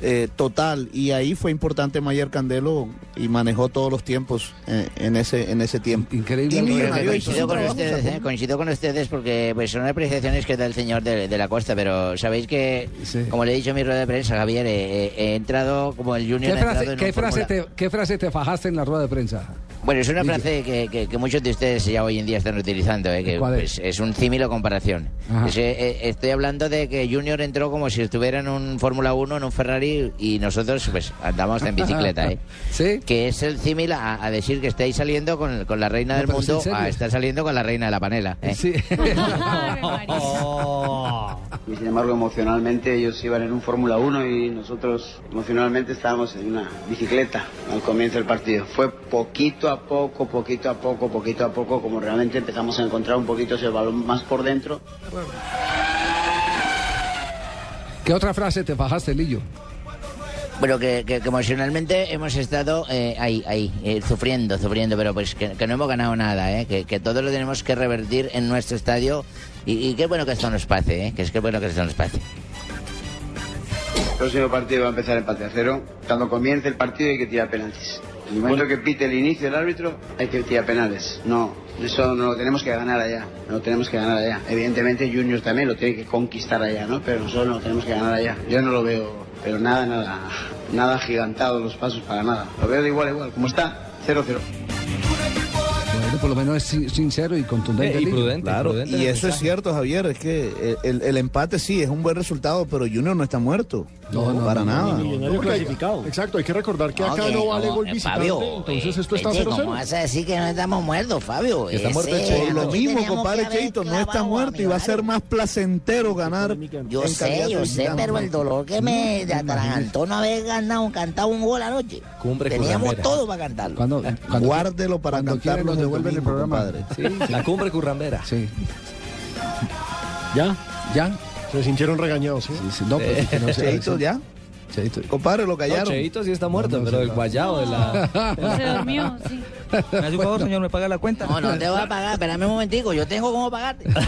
eh, total y ahí fue importante Mayer Candelo y manejó todos los tiempos eh, en ese en ese tiempo. Increíble. Y Creo que Millonarios hizo coincido su con trabajo, ustedes, sacó eh, coincido con ustedes porque pues, son apreciaciones que da el señor de, de la costa, pero sabéis que, como le he dicho en mi rueda de prensa, Javier, eh, eh, he entrado como el Junior. ¿Qué ha entrado frase, en qué un frase formula- te, ¿Qué frase te fajaste en la rueda de prensa? Bueno, es una frase que, que- que muchos de ustedes ya hoy en día están utilizando, eh, que ¿Cuál pues, es un símil o comparación. Ajá. Es, eh, eh, estoy hablando de que Junior entró como si estuviera en un Fórmula 1, en un Ferrari, y nosotros pues andamos en bicicleta. ¿eh? ¿Sí? Que es el símil a, a decir que estáis saliendo con, con la reina No, del pero es en mundo serio. a estar saliendo con la reina de la panela. ¿eh? Y sin embargo, emocionalmente ellos iban en un Fórmula 1 y nosotros emocionalmente estábamos en una bicicleta al comienzo del partido. Fue poquito a poco, poquito a poco, poquito a poco, como realmente empezamos a encontrar un poquito ese balón más por dentro. ¿Qué otra frase te fajaste, Lillo? Bueno, que, que- que emocionalmente hemos estado eh, ahí, ahí, eh, sufriendo, sufriendo, pero pues que, que no hemos ganado nada, ¿eh? que, que todo lo tenemos que revertir en nuestro estadio. Y, y qué bueno que esto nos pase, ¿eh? que es que bueno que esto nos pase. próximo partido va a empezar empate a cero. Cuando comience el partido hay que tirar penaltis. En el momento que pite el inicio del árbitro, hay que tirar penales. No, eso no lo tenemos que ganar allá. No lo tenemos que ganar allá. Evidentemente Junior también lo tiene que conquistar allá, ¿no? Pero nosotros no lo tenemos que ganar allá. Yo no lo veo, pero nada, nada, nada gigantado los pasos para nada. Lo veo de igual a igual, como está, 0-0. Bueno, por lo menos es sin- sincero y contundente. Eh, Y Lillo. Claro, y eso es cierto, Javier. Es que eh, el, el empate sí es un buen resultado, pero Junior no está muerto. No, para nada. Millonario clasificado. Exacto, hay que recordar que acá que no vale como- gol eh, visitante, Fabio, entonces eh, esto está Peche, ¿Cómo 0-0. vas a decir que no estamos muertos, Fabio? Está Ese- muerto Por lo nosotros mismo, teníamos compadre que haber Cheito, no está clavado a muerto y va a ser más placentero ganar. Yo sé, yo sé, pero el dolor que me atragantó no haber ganado, cantado un gol anoche. Cumbre Teníamos currambera. todo para cantarlo. Guárdelo para cantarlo nos el devuelven el domingo, programa. compadre. La cumbre currambera. Sí. ¿Ya? ¿Ya? Se sintieron regañados, ¿sí? pues, No, pero sí que no se- Cheito, ¿ya? Compadre, lo callaron. No, Cheito sí está muerto, pero el guayado de la... Se durmió, sí. Me hace un favor, señor, me paga la cuenta. No, no te voy a pagar, espérame un momentico, yo tengo cómo pagarte. Mira,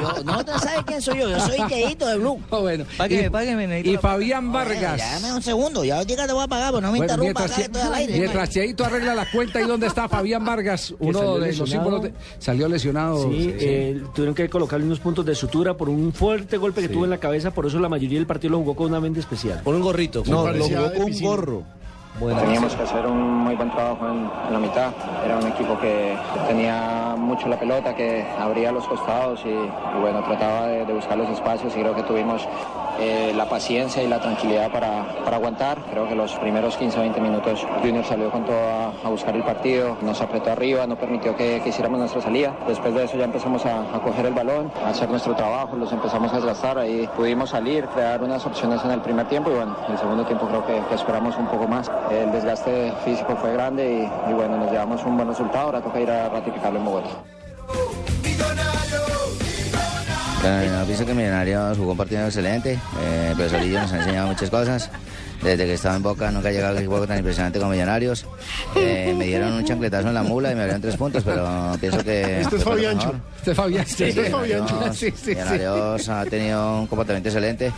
yo, no te sabes quién soy yo, yo soy Cheito de Blue. bueno. Págueme, Y- págueme, Y Fabián Vargas. Dame un segundo, ya ahorita te voy a pagar, pues no me Bueno, interrumpas, mientras, acá estoy al aire. mientras Cheito arregla la cuenta, ¿y dónde está Fabián Vargas? Uno salió de los lesionado. símbolos de- Salió lesionado. Sí, eh, tuvieron que colocarle unos puntos de sutura por un fuerte golpe que tuvo en la cabeza, por eso la mayoría del partido lo jugó con una mente especial. Por un gorrito. No, lo jugó con un gorro. Teníamos que hacer un muy buen trabajo en, en la mitad. Era un equipo que tenía mucho la pelota, que abría los costados y, y bueno, trataba de, de buscar los espacios y creo que tuvimos eh, la paciencia y la tranquilidad para, para aguantar. Creo que los primeros 15-20 minutos Junior salió con todo a, a buscar el partido, nos apretó arriba, no permitió que, que hiciéramos nuestra salida. Después de eso ya empezamos a, a coger el balón, a hacer nuestro trabajo, los empezamos a desgastar, ahí pudimos salir, crear unas opciones en el primer tiempo y bueno, el segundo tiempo creo que, que esperamos un poco más. El desgaste físico fue grande y, y bueno, nos llevamos un buen resultado, ahora toca ir a ratificarlo en Bogotá. Bueno, yo pienso que Millonarios jugó un partido excelente. Eh, pero Solillo nos ha enseñado muchas cosas. Desde que estaba en Boca nunca ha llegado a un equipo tan impresionante como Millonarios. Eh, me dieron un chancletazo en la mula y me dieron tres puntos, pero pienso que... Este que es fue lo Fabiancho. mejor. Este es Fabián. Sí, Millonarios- Millonarios ha tenido un comportamiento excelente.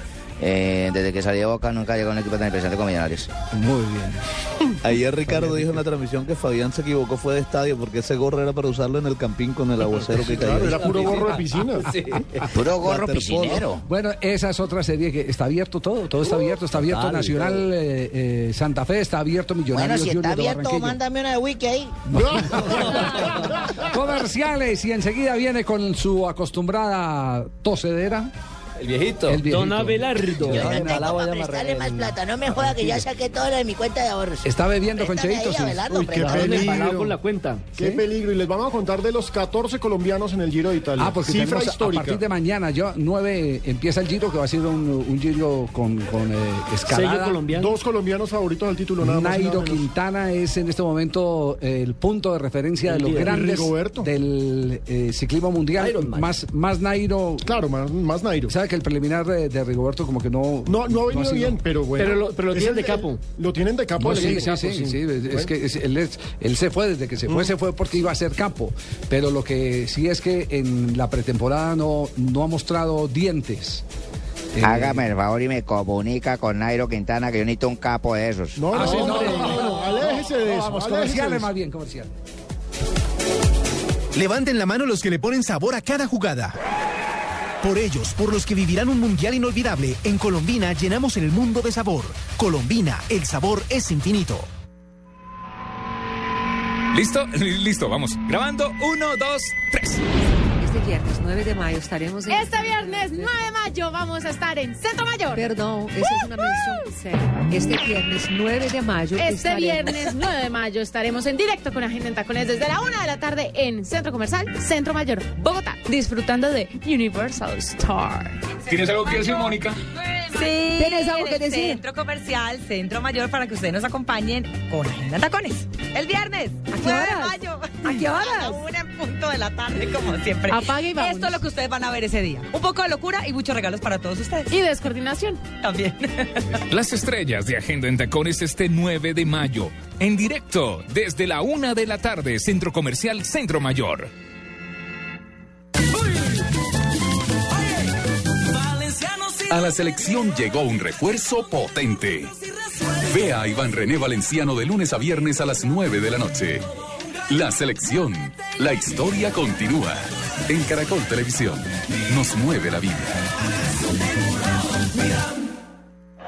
Eh, desde que salí de Boca nunca ha llegado a un equipo tan impresionante como Millonarios. Muy bien. Ayer Ricardo dijo en la transmisión que Fabián se equivocó, fue de estadio, porque ese gorro era para usarlo en el campín con el aguacero que cayó. Ah, Claro, era puro gorro de piscina. Puro gorro piscinero. Bueno, esa es otra serie que está abierto todo, todo Uh, está abierto, está abierto total, Nacional eh, eh, Santa Fe, está abierto Bueno, Millonarios si está Junior de abierto, Barranquilla. mándame una de wiki ahí. Comerciales y enseguida viene con su acostumbrada tosedera. El viejito. El viejito. Don Abelardo. Don Yo no Abelardo. tengo para prestarle más plata, no me joda que ya saqué todo lo de mi cuenta de ahorros. Está bebiendo con Préstame Cheito, ahí, sí. Abelardo, Uy, qué préstame. peligro. Me pagaba con la cuenta. Qué peligro. Y les vamos a contar de los 14 colombianos en el Giro de Italia. Ah, porque Cifra tenemos a- a histórica. partir de mañana, yo 9 empieza el giro que va a ser un, un giro con, con eh, escalada. Dos colombianos favoritos del título, nada más. y nada Nairo menos. Quintana es en este momento el punto de referencia de El los líder. grandes Rigoberto. del eh, ciclismo mundial. Más, más Nairo. Claro, más, más Nairo. Sabe que el preliminar de, de Rigoberto como que no. No, no ha venido sido- bien, pero bueno. Es el- el- Lo tienen de capo. No, al sí, sí, equipo. sí, sí, Bueno. Mm. es que es- él, es- él se fue, desde que se fue, se fue porque iba a ser campo. Pero lo que sí es que en la pretemporada no, no ha mostrado dientes. Eh, Hágame el favor y me comunica con Nairo Quintana que yo necesito un capo de esos. No, Ah, sí, no, hombre, no, no, no, no, aléjese de no, eso, Vamos, aléjese de comerciales eso. más bien, comercial. Levanten la mano los que le ponen sabor a cada jugada. Por ellos, por los que vivirán un mundial inolvidable, en Colombina llenamos el mundo de sabor. Colombina, el sabor es infinito. ¿Listo? Listo, vamos. Grabando. Uno, dos, tres. Este viernes 9 de mayo estaremos en... Este viernes 9 de mayo vamos a estar en Centro Mayor. Uh, Perdón, eso es una mención seria. Este viernes 9 de mayo Este estaremos- viernes 9 de mayo estaremos en directo con Agenda en Tacones desde la 1 de la tarde en Centro Comercial Centro Mayor, Bogotá, disfrutando de Universal Star. ¿Tienes algo que decir, Mónica? Sí, ¿Tienes algo en que el decir? Centro Comercial, Centro Mayor, para que ustedes nos acompañen con Agenda Tacones. El viernes, 9 de horas? mayo. ¿A qué horas? A la una en punto de la tarde, como siempre. Apague y vámonos. Esto es lo que ustedes van a ver ese día. Un poco de locura y muchos regalos para todos ustedes. Y descoordinación. También. Las estrellas de Agenda en Tacones este 9 de mayo. En directo, desde la una de la tarde, Centro Comercial Centro Mayor. Valenciano sí A la selección llegó un refuerzo potente. Vea a Iván René Valenciano de lunes a viernes a las 9 de la noche. La selección. La historia continúa. En Caracol Televisión. Nos mueve la vida.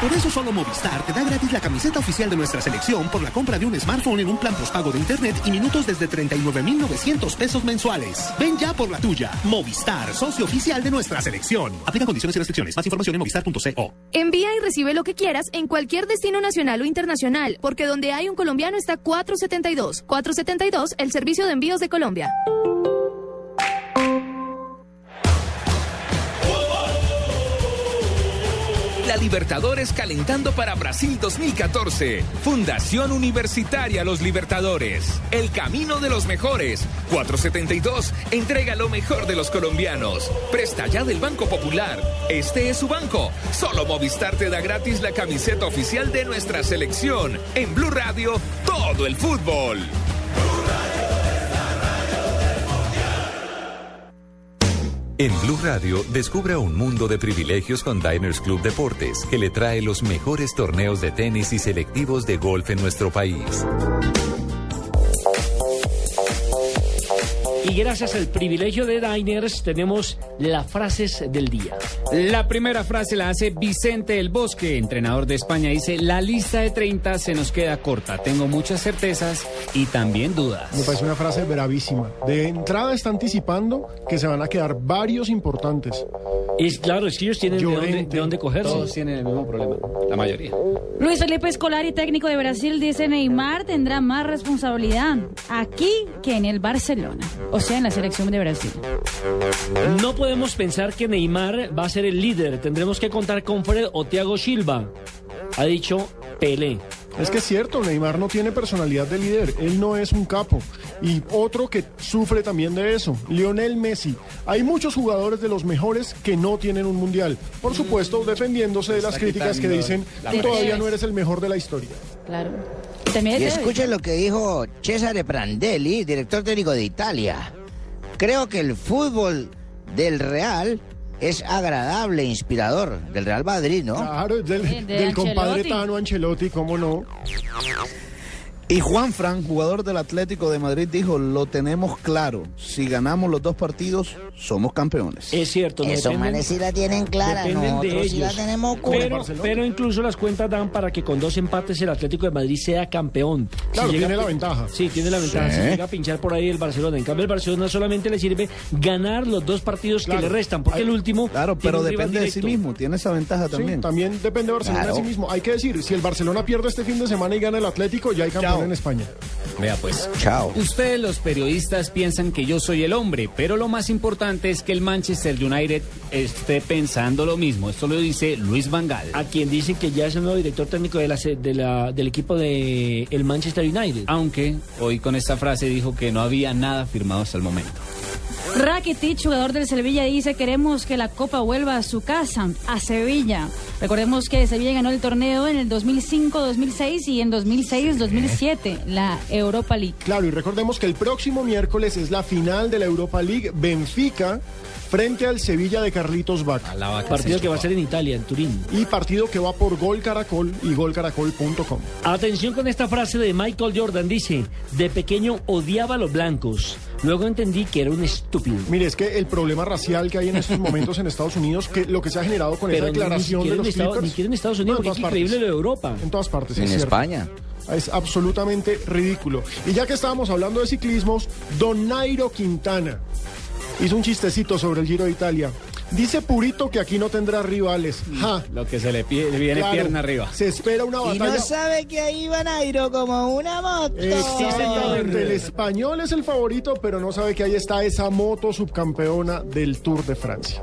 por eso solo Movistar te da gratis la camiseta oficial de nuestra selección por la compra de un smartphone en un plan postpago de internet y minutos desde 39.900 pesos mensuales. Ven ya por la tuya. Movistar, socio oficial de nuestra selección. Aplica condiciones y restricciones. Más información en movistar.co. Envía y recibe lo que quieras en cualquier destino nacional o internacional, porque donde hay un colombiano está 472. 472, el servicio de envíos de Colombia. La Libertadores calentando para Brasil 2014. Fundación Universitaria Los Libertadores. El camino de los mejores. 472 entrega lo mejor de los colombianos. Presta ya del Banco Popular. Este es su banco. Solo Movistar te da gratis la camiseta oficial de nuestra selección. En Blue Radio, todo el fútbol. En Blue Radio, descubra un mundo de privilegios con Diners Club Deportes, que le trae los mejores torneos de tenis y selectivos de golf en nuestro país. Y gracias al privilegio de Diners tenemos las frases del día. La primera frase la hace Vicente El Bosque, entrenador de España. Dice, la lista de 30 se nos queda corta. Tengo muchas certezas y también dudas. Me parece una frase bravísima. De entrada está anticipando que se van a quedar varios importantes. Es claro, es que ellos tienen de dónde, de dónde cogerse. Todos tienen el mismo problema, la mayoría. Luis Felipe Escolari, técnico de Brasil, dice Neymar tendrá más responsabilidad aquí que en el Barcelona, o sea, en la selección de Brasil. No podemos pensar que Neymar va a ser el líder. Tendremos que contar con Fred o Thiago Silva. Ha dicho Pelé. Es que es cierto, Neymar no tiene personalidad de líder, él no es un capo. Y otro que sufre también de eso, Lionel Messi. Hay muchos jugadores de los mejores que no tienen un mundial. Por supuesto, defendiéndose de las críticas que dicen, tú todavía no eres el mejor de la historia. Claro. Y escuchen lo que dijo Cesare Prandelli, director técnico de Italia. Creo que el fútbol del Real es agradable, inspirador, del Real Madrid, ¿no? Claro, del, Sí, Eh, de del compadre Ancelotti. Tano Ancelotti, ¿cómo no? Y Juan Fran, jugador del Atlético de Madrid, dijo, lo tenemos claro, si ganamos los dos partidos, somos campeones. Es cierto, no Esos dependen- manes sí la tienen clara, dependen de nosotros sí la ellos. tenemos clara. Pero, pero incluso las cuentas dan para que con dos empates el Atlético de Madrid sea campeón. Claro, llega tiene a la pi- ventaja. Sí, tiene la ventaja. Sí. Si llega a pinchar por ahí el Barcelona. En cambio, el Barcelona solamente le sirve ganar los dos partidos Claro. que le restan, porque el último. Claro, tiene pero un rival depende de sí directo. mismo, tiene esa ventaja también. Sí, también depende de Barcelona Claro. de sí mismo. Hay que decir, si el Barcelona pierde este fin de semana y gana el Atlético, ya hay campeón en España. Vea pues. Chao. Ustedes los periodistas piensan que yo soy el hombre, pero lo más importante es que el Manchester United esté pensando lo mismo. Esto lo dice Luis Van Gaal. A quien dicen que ya es el nuevo director técnico de la, se- de la- del equipo de el Manchester United. Aunque hoy con esta frase dijo que no había nada firmado hasta el momento. Rakitic, jugador del Sevilla, dice queremos que la Copa vuelva a su casa, a Sevilla. Recordemos que Sevilla ganó el torneo en el 2005-2006 y en 2006-2007 la Europa League. Claro, y recordemos que el próximo miércoles es la final de la Europa League Benfica frente al Sevilla de Carlitos Vaca. Partido que va a ser en Italia, en Turín. Y partido que va por Gol Caracol y golcaracol.com. Atención con esta frase de Michael Jordan. Dice, de pequeño odiaba a los blancos. Luego entendí que era un estúpido. Mire, es que el problema racial que hay en estos momentos en Estados Unidos, que lo que se ha generado con Pero esa ni- ni declaración siquiera de en los Estados- Clippers, ni siquiera en Estados Unidos, en porque es todas increíble partes. lo de Europa. En todas partes, En es cierto. España. Es absolutamente ridículo. Y ya que estábamos hablando de ciclismos, Don Nairo Quintana hizo un chistecito sobre el Giro de Italia. Dice Purito que aquí no tendrá rivales. Mm. Ja. Lo que se le, pie- le viene Claro, pierna arriba. Se espera una Y batalla. no sabe que ahí va Nairo como una moto. Exactamente, el español es el favorito, pero no sabe que ahí está esa moto subcampeona del Tour de Francia.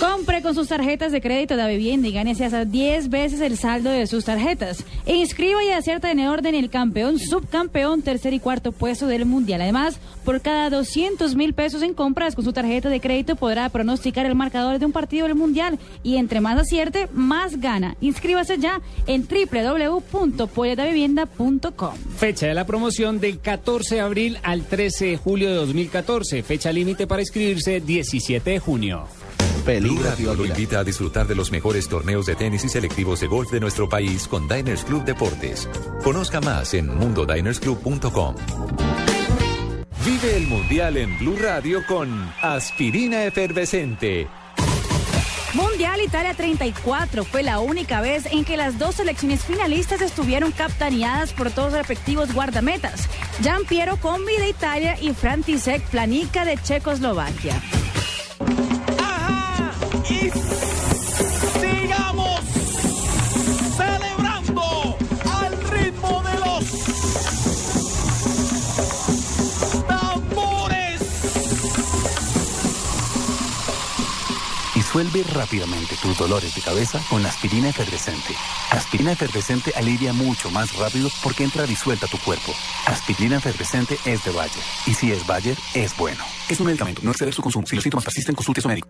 Compre con sus tarjetas de crédito de vivienda y gánese hasta 10 veces el saldo de sus tarjetas. Inscriba y acierta en orden el campeón, subcampeón, tercer y cuarto. cuarto puesto del Mundial. Además, por cada 200 mil pesos en compras con su tarjeta de crédito podrá pronosticar el marcador de un partido del Mundial y entre más acierte, más gana. Inscríbase ya en www.polletavivienda.com. Fecha de la promoción del 14 de abril al 13 de julio de 2014. Fecha límite para inscribirse 17 de junio. Blue Radio lo invita a disfrutar de los mejores torneos de tenis y selectivos de golf de nuestro país con Diners Club Deportes. Conozca más en mundodinersclub.com. Vive el Mundial en Blue Radio con Aspirina Efervescente. Mundial Italia 34 fue la única vez en que las dos selecciones finalistas estuvieron captaneadas por todos los respectivos guardametas. Gian Piero Combi de Italia y Frantisek Planica de Checoslovaquia. y sigamos celebrando al ritmo de los tambores. Disuelve rápidamente tus dolores de cabeza con aspirina efervescente. Aspirina efervescente alivia mucho más rápido porque entra disuelta a tu cuerpo. Aspirina efervescente es de Bayer. Y si es Bayer, es bueno. Es un medicamento. No exceder su consumo. Si los síntomas persisten, consulte a su médico.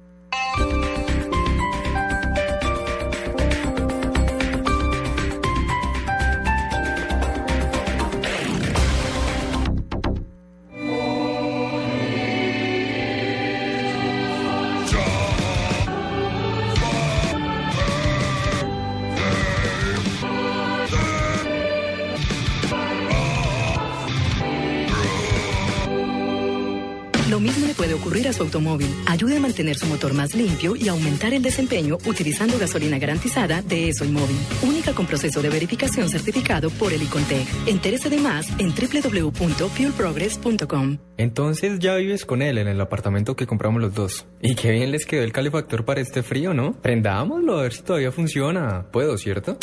Lo mismo le puede ocurrir a su automóvil. Ayude a mantener su motor más limpio y aumentar el desempeño utilizando gasolina garantizada de ESO Móvil. Única con proceso de verificación certificado por el Icontec. Entérese de más en www.fuelprogress.com. Entonces ya vives con él en el apartamento que compramos los dos. Y qué bien les quedó el calefactor para este frío, ¿no? Prendámoslo a ver si todavía funciona. Puedo, ¿cierto?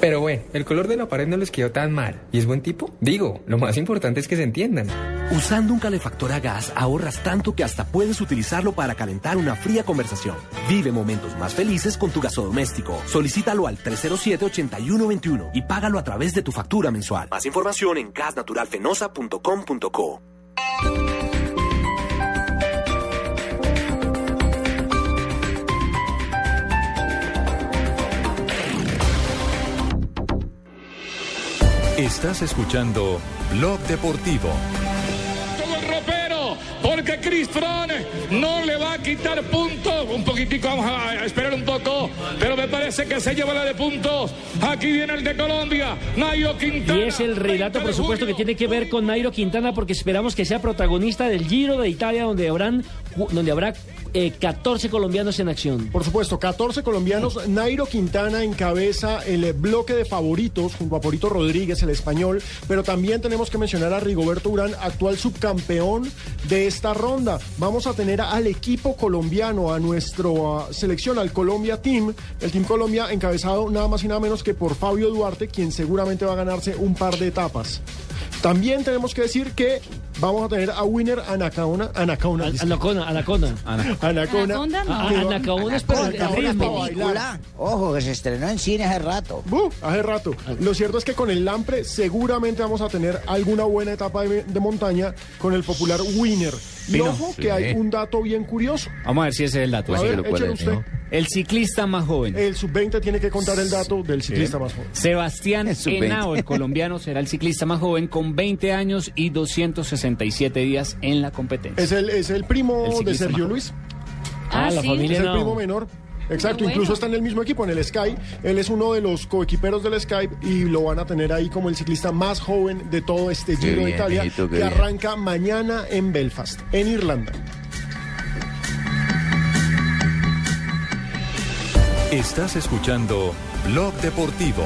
Pero bueno, el color de la pared no les quedó tan mal. ¿Y es buen tipo? Digo, lo más importante es que se entiendan. Usando un calefactor a gas ahorras tanto que hasta puedes utilizarlo para calentar una fría conversación. Vive momentos más felices con tu gasodoméstico. Solicítalo al 307-8121 y págalo a través de tu factura mensual. Más información en gasnaturalfenosa.com.co. Estás escuchando Blog Deportivo. El ropero, porque Chris Fromm no le va a quitar puntos. Un poquitico, vamos a a esperar un poco, pero me parece que se lleva la de puntos. Aquí viene el de Colombia, Nairo Y Quintana. es el relato, por supuesto, que tiene que ver con Nairo Quintana, porque esperamos que sea protagonista del Giro de Italia, donde, habrán, donde habrá eh, 14 colombianos en acción. Por supuesto, 14 colombianos. Nairo Quintana encabeza el eh, bloque de favoritos junto a Porito Rodríguez, el español. Pero también tenemos que mencionar a Rigoberto Urán, actual subcampeón de esta ronda. Vamos a tener al equipo colombiano, a nuestra selección, al Colombia Team. El Team Colombia encabezado nada más y nada menos que por Fabio Duarte, quien seguramente va a ganarse un par de etapas. También tenemos que decir que vamos a tener a Winner Anacaona. Anacaona. Anacona, Anacona. Anacona. Anaconda no. Ah, Anacaona es para el ritmo. Ojo, que se estrenó en cine hace rato. hace rato. Lo cierto es que con el Lampre seguramente vamos a tener alguna buena etapa de, de montaña con el popular Winner. Y Pino. ojo Sí. que hay un dato bien curioso. Vamos a ver si ese es el dato. A ver, échelo usted. El ciclista más joven. El sub-20 tiene que contar el dato del ciclista Sí. más joven. Sebastián Es sub-20. Henao, el colombiano, será el ciclista más joven con 20 años y 267 días en la competencia. Es el, es el primo El de ciclista Sergio más- Luis. Ah, la familia Es el Henao. primo menor. Exacto, bueno. incluso está en el mismo equipo, en el Sky. Él es uno de los coequiperos del Sky y lo van a tener ahí como el ciclista más joven de todo este Qué Giro de bien, Italia, mijito, qué que bien. arranca mañana en Belfast, en Irlanda. Estás escuchando Blog Deportivo.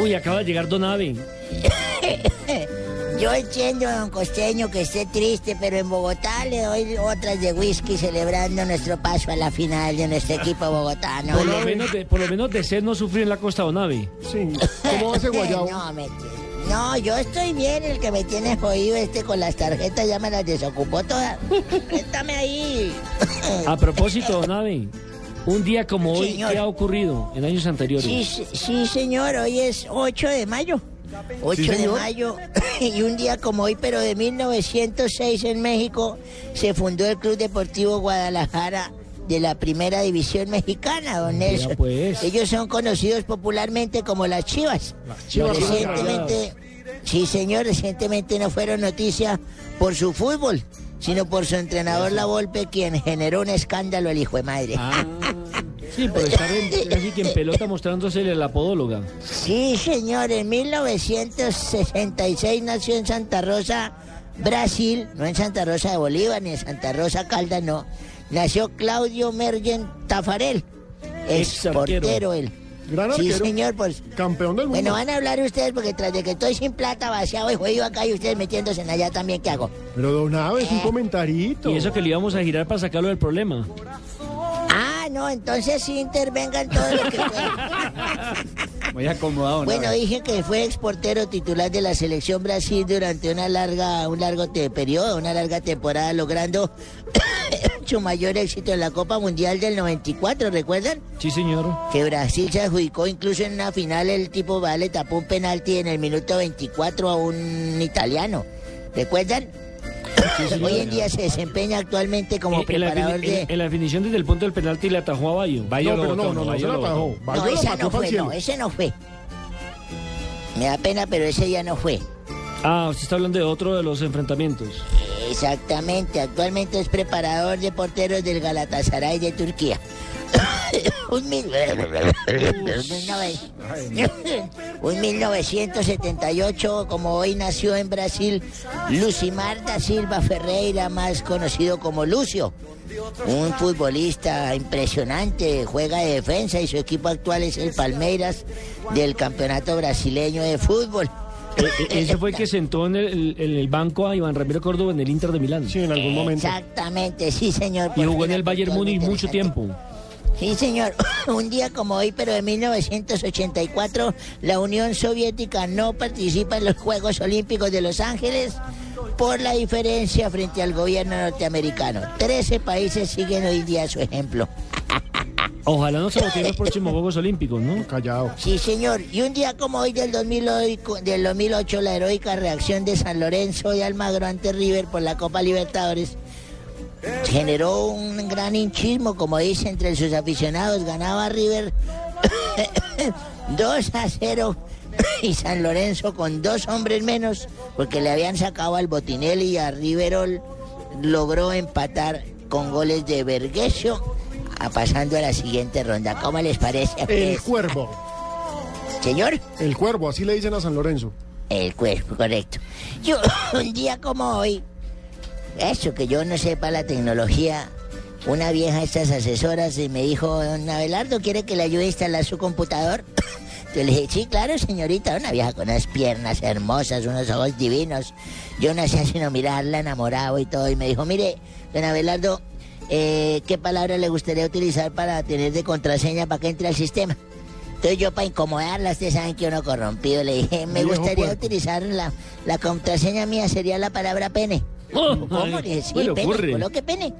Uy, acaba de llegar Don Ave. Yo entiendo, don Costeño, que esté triste, pero en Bogotá le doy otras de whisky celebrando nuestro paso a la final de nuestro equipo bogotano. Por lo menos de, por lo menos de sed no sufrir en la costa Don Ave. Sí. ¿Cómo va ese guayabo? No, me- no, yo estoy bien, el que me tiene jodido este con las tarjetas ya me las desocupó todas. Préstame ahí. A propósito, Don Ave, Un día como hoy, Señor. ¿qué ha ocurrido en años anteriores? Sí, se- sí, señor, hoy es 8 de mayo. 8 de señor. mayo y un día como hoy, pero de 1906 en México, se fundó el Club Deportivo Guadalajara de la Primera División Mexicana, don Nelson. Ellos son conocidos popularmente como las Chivas. Chivas Recientemente, sí señor, recientemente no fueron noticias por su fútbol, sino por su entrenador La Volpe, quien generó un escándalo el hijo de madre. Sí, por estar en- casi que en pelota mostrándose la apodóloga. Sí, señor, en 1966 nació en Santa Rosa, Brasil, no en Santa Rosa de Bolívar ni en Santa Rosa Caldas, no. Nació Claudio Mergen Tafarel, ex Ex arquero. portero él. Gran sí, arquero. señor, pues. Campeón del mundo. Bueno, van a hablar ustedes porque tras de que estoy sin plata, vaciado y jodido acá y ustedes metiéndose en allá también, ¿qué hago? Pero don Aves, un comentarito. Y eso que le íbamos a girar para sacarlo del problema. Ah, no, entonces sí intervengan todos los que puedan. Muy acomodado, ¿no? Bueno, dije que fue exportero titular de la selección Brasil durante una larga, un largo te- periodo, una larga temporada, logrando su mayor éxito en la Copa Mundial del 94, ¿recuerdan? Sí, señor. Que Brasil se adjudicó incluso en una final, el tipo va, le tapó un penalti en el minuto 24 a un italiano, ¿recuerdan? Hoy en día se desempeña actualmente como En- en, la, preparador defini- de... en- en la definición desde Eh, el punto del penalti le atajó a Bayo. Bayo No, pero no, no, no, se la atajó. No, esa no fue, no, ese no fue. Me da pena, pero ese día no fue. Ah, usted está hablando de otro de los enfrentamientos. Exactamente, actualmente es preparador de porteros del Galatasaray de Turquía. un, mil- un 1978, como hoy nació en Brasil, Lucimar da Silva Ferreira, más conocido como Lucio. Un futbolista impresionante, juega de defensa y su equipo actual es el Palmeiras del Campeonato Brasileño de Fútbol. E- e- eh, Ese fue el que sentó en el, en el banco a Iván Ramiro Córdoba en el Inter de Milán. Sí, en Exactamente, sí, señor. Y por jugó fin en el Bayern encontró algo Múnich mucho interesante. tiempo. Sí, señor. Un día como hoy, pero de 1984, la Unión Soviética no participa en los Juegos Olímpicos de Los Ángeles por la diferencia frente al gobierno norteamericano. Trece países siguen hoy día su ejemplo. Ojalá no se voten los próximos Juegos Olímpicos, ¿no? Callado. Sí, señor. Y un día como hoy del, 2000 hoy- del 2008, la heroica reacción de San Lorenzo de Almagro ante River por la Copa Libertadores generó un gran hinchismo, como dice, entre sus aficionados. Ganaba River 2 a 0 y San Lorenzo con dos hombres menos, porque le habían sacado al Botinelli y a Riverol, logró empatar con goles de Verguesio, a- pasando a la siguiente ronda. ¿Cómo les parece? a El ustedes? cuervo. Señor. El cuervo, así le dicen a San Lorenzo. El cuerpo, correcto. Yo, un día como hoy, eso que yo no sepa la tecnología, una vieja de estas asesoras y me dijo, don Abelardo, ¿quiere que le ayude a instalar su computador? Yo le dije, sí, claro, señorita, una vieja con unas piernas hermosas, unos ojos divinos. Yo no hacía sino mirarla enamorado y todo, y me dijo, mire, don Abelardo, eh, ¿qué palabra le gustaría utilizar para tener de contraseña para que entre al sistema? Entonces yo para incomodarla, ustedes saben que uno corrompido, le dije, me Viejo gustaría puerco. utilizar la, la contraseña mía, sería la palabra pene. ¿Cómo? Le dije, sí, ¿Qué le pene, ocurre? coloque pene.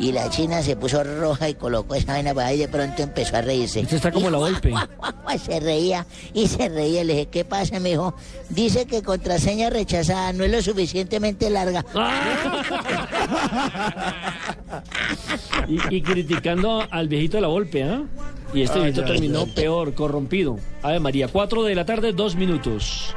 Y la china se puso roja y colocó esa vaina pues para ahí y de pronto empezó a reírse. Usted está como la golpe. Se reía y se reía. Le dije, ¿qué pasa, mi hijo? Dice que contraseña rechazada no es lo suficientemente larga. Y, y criticando al viejito de la golpe, ¿ah? Y este Ay, viejito ay, terminó ay. peor, corrompido. Ave María, 4 de la tarde, 2 minutos.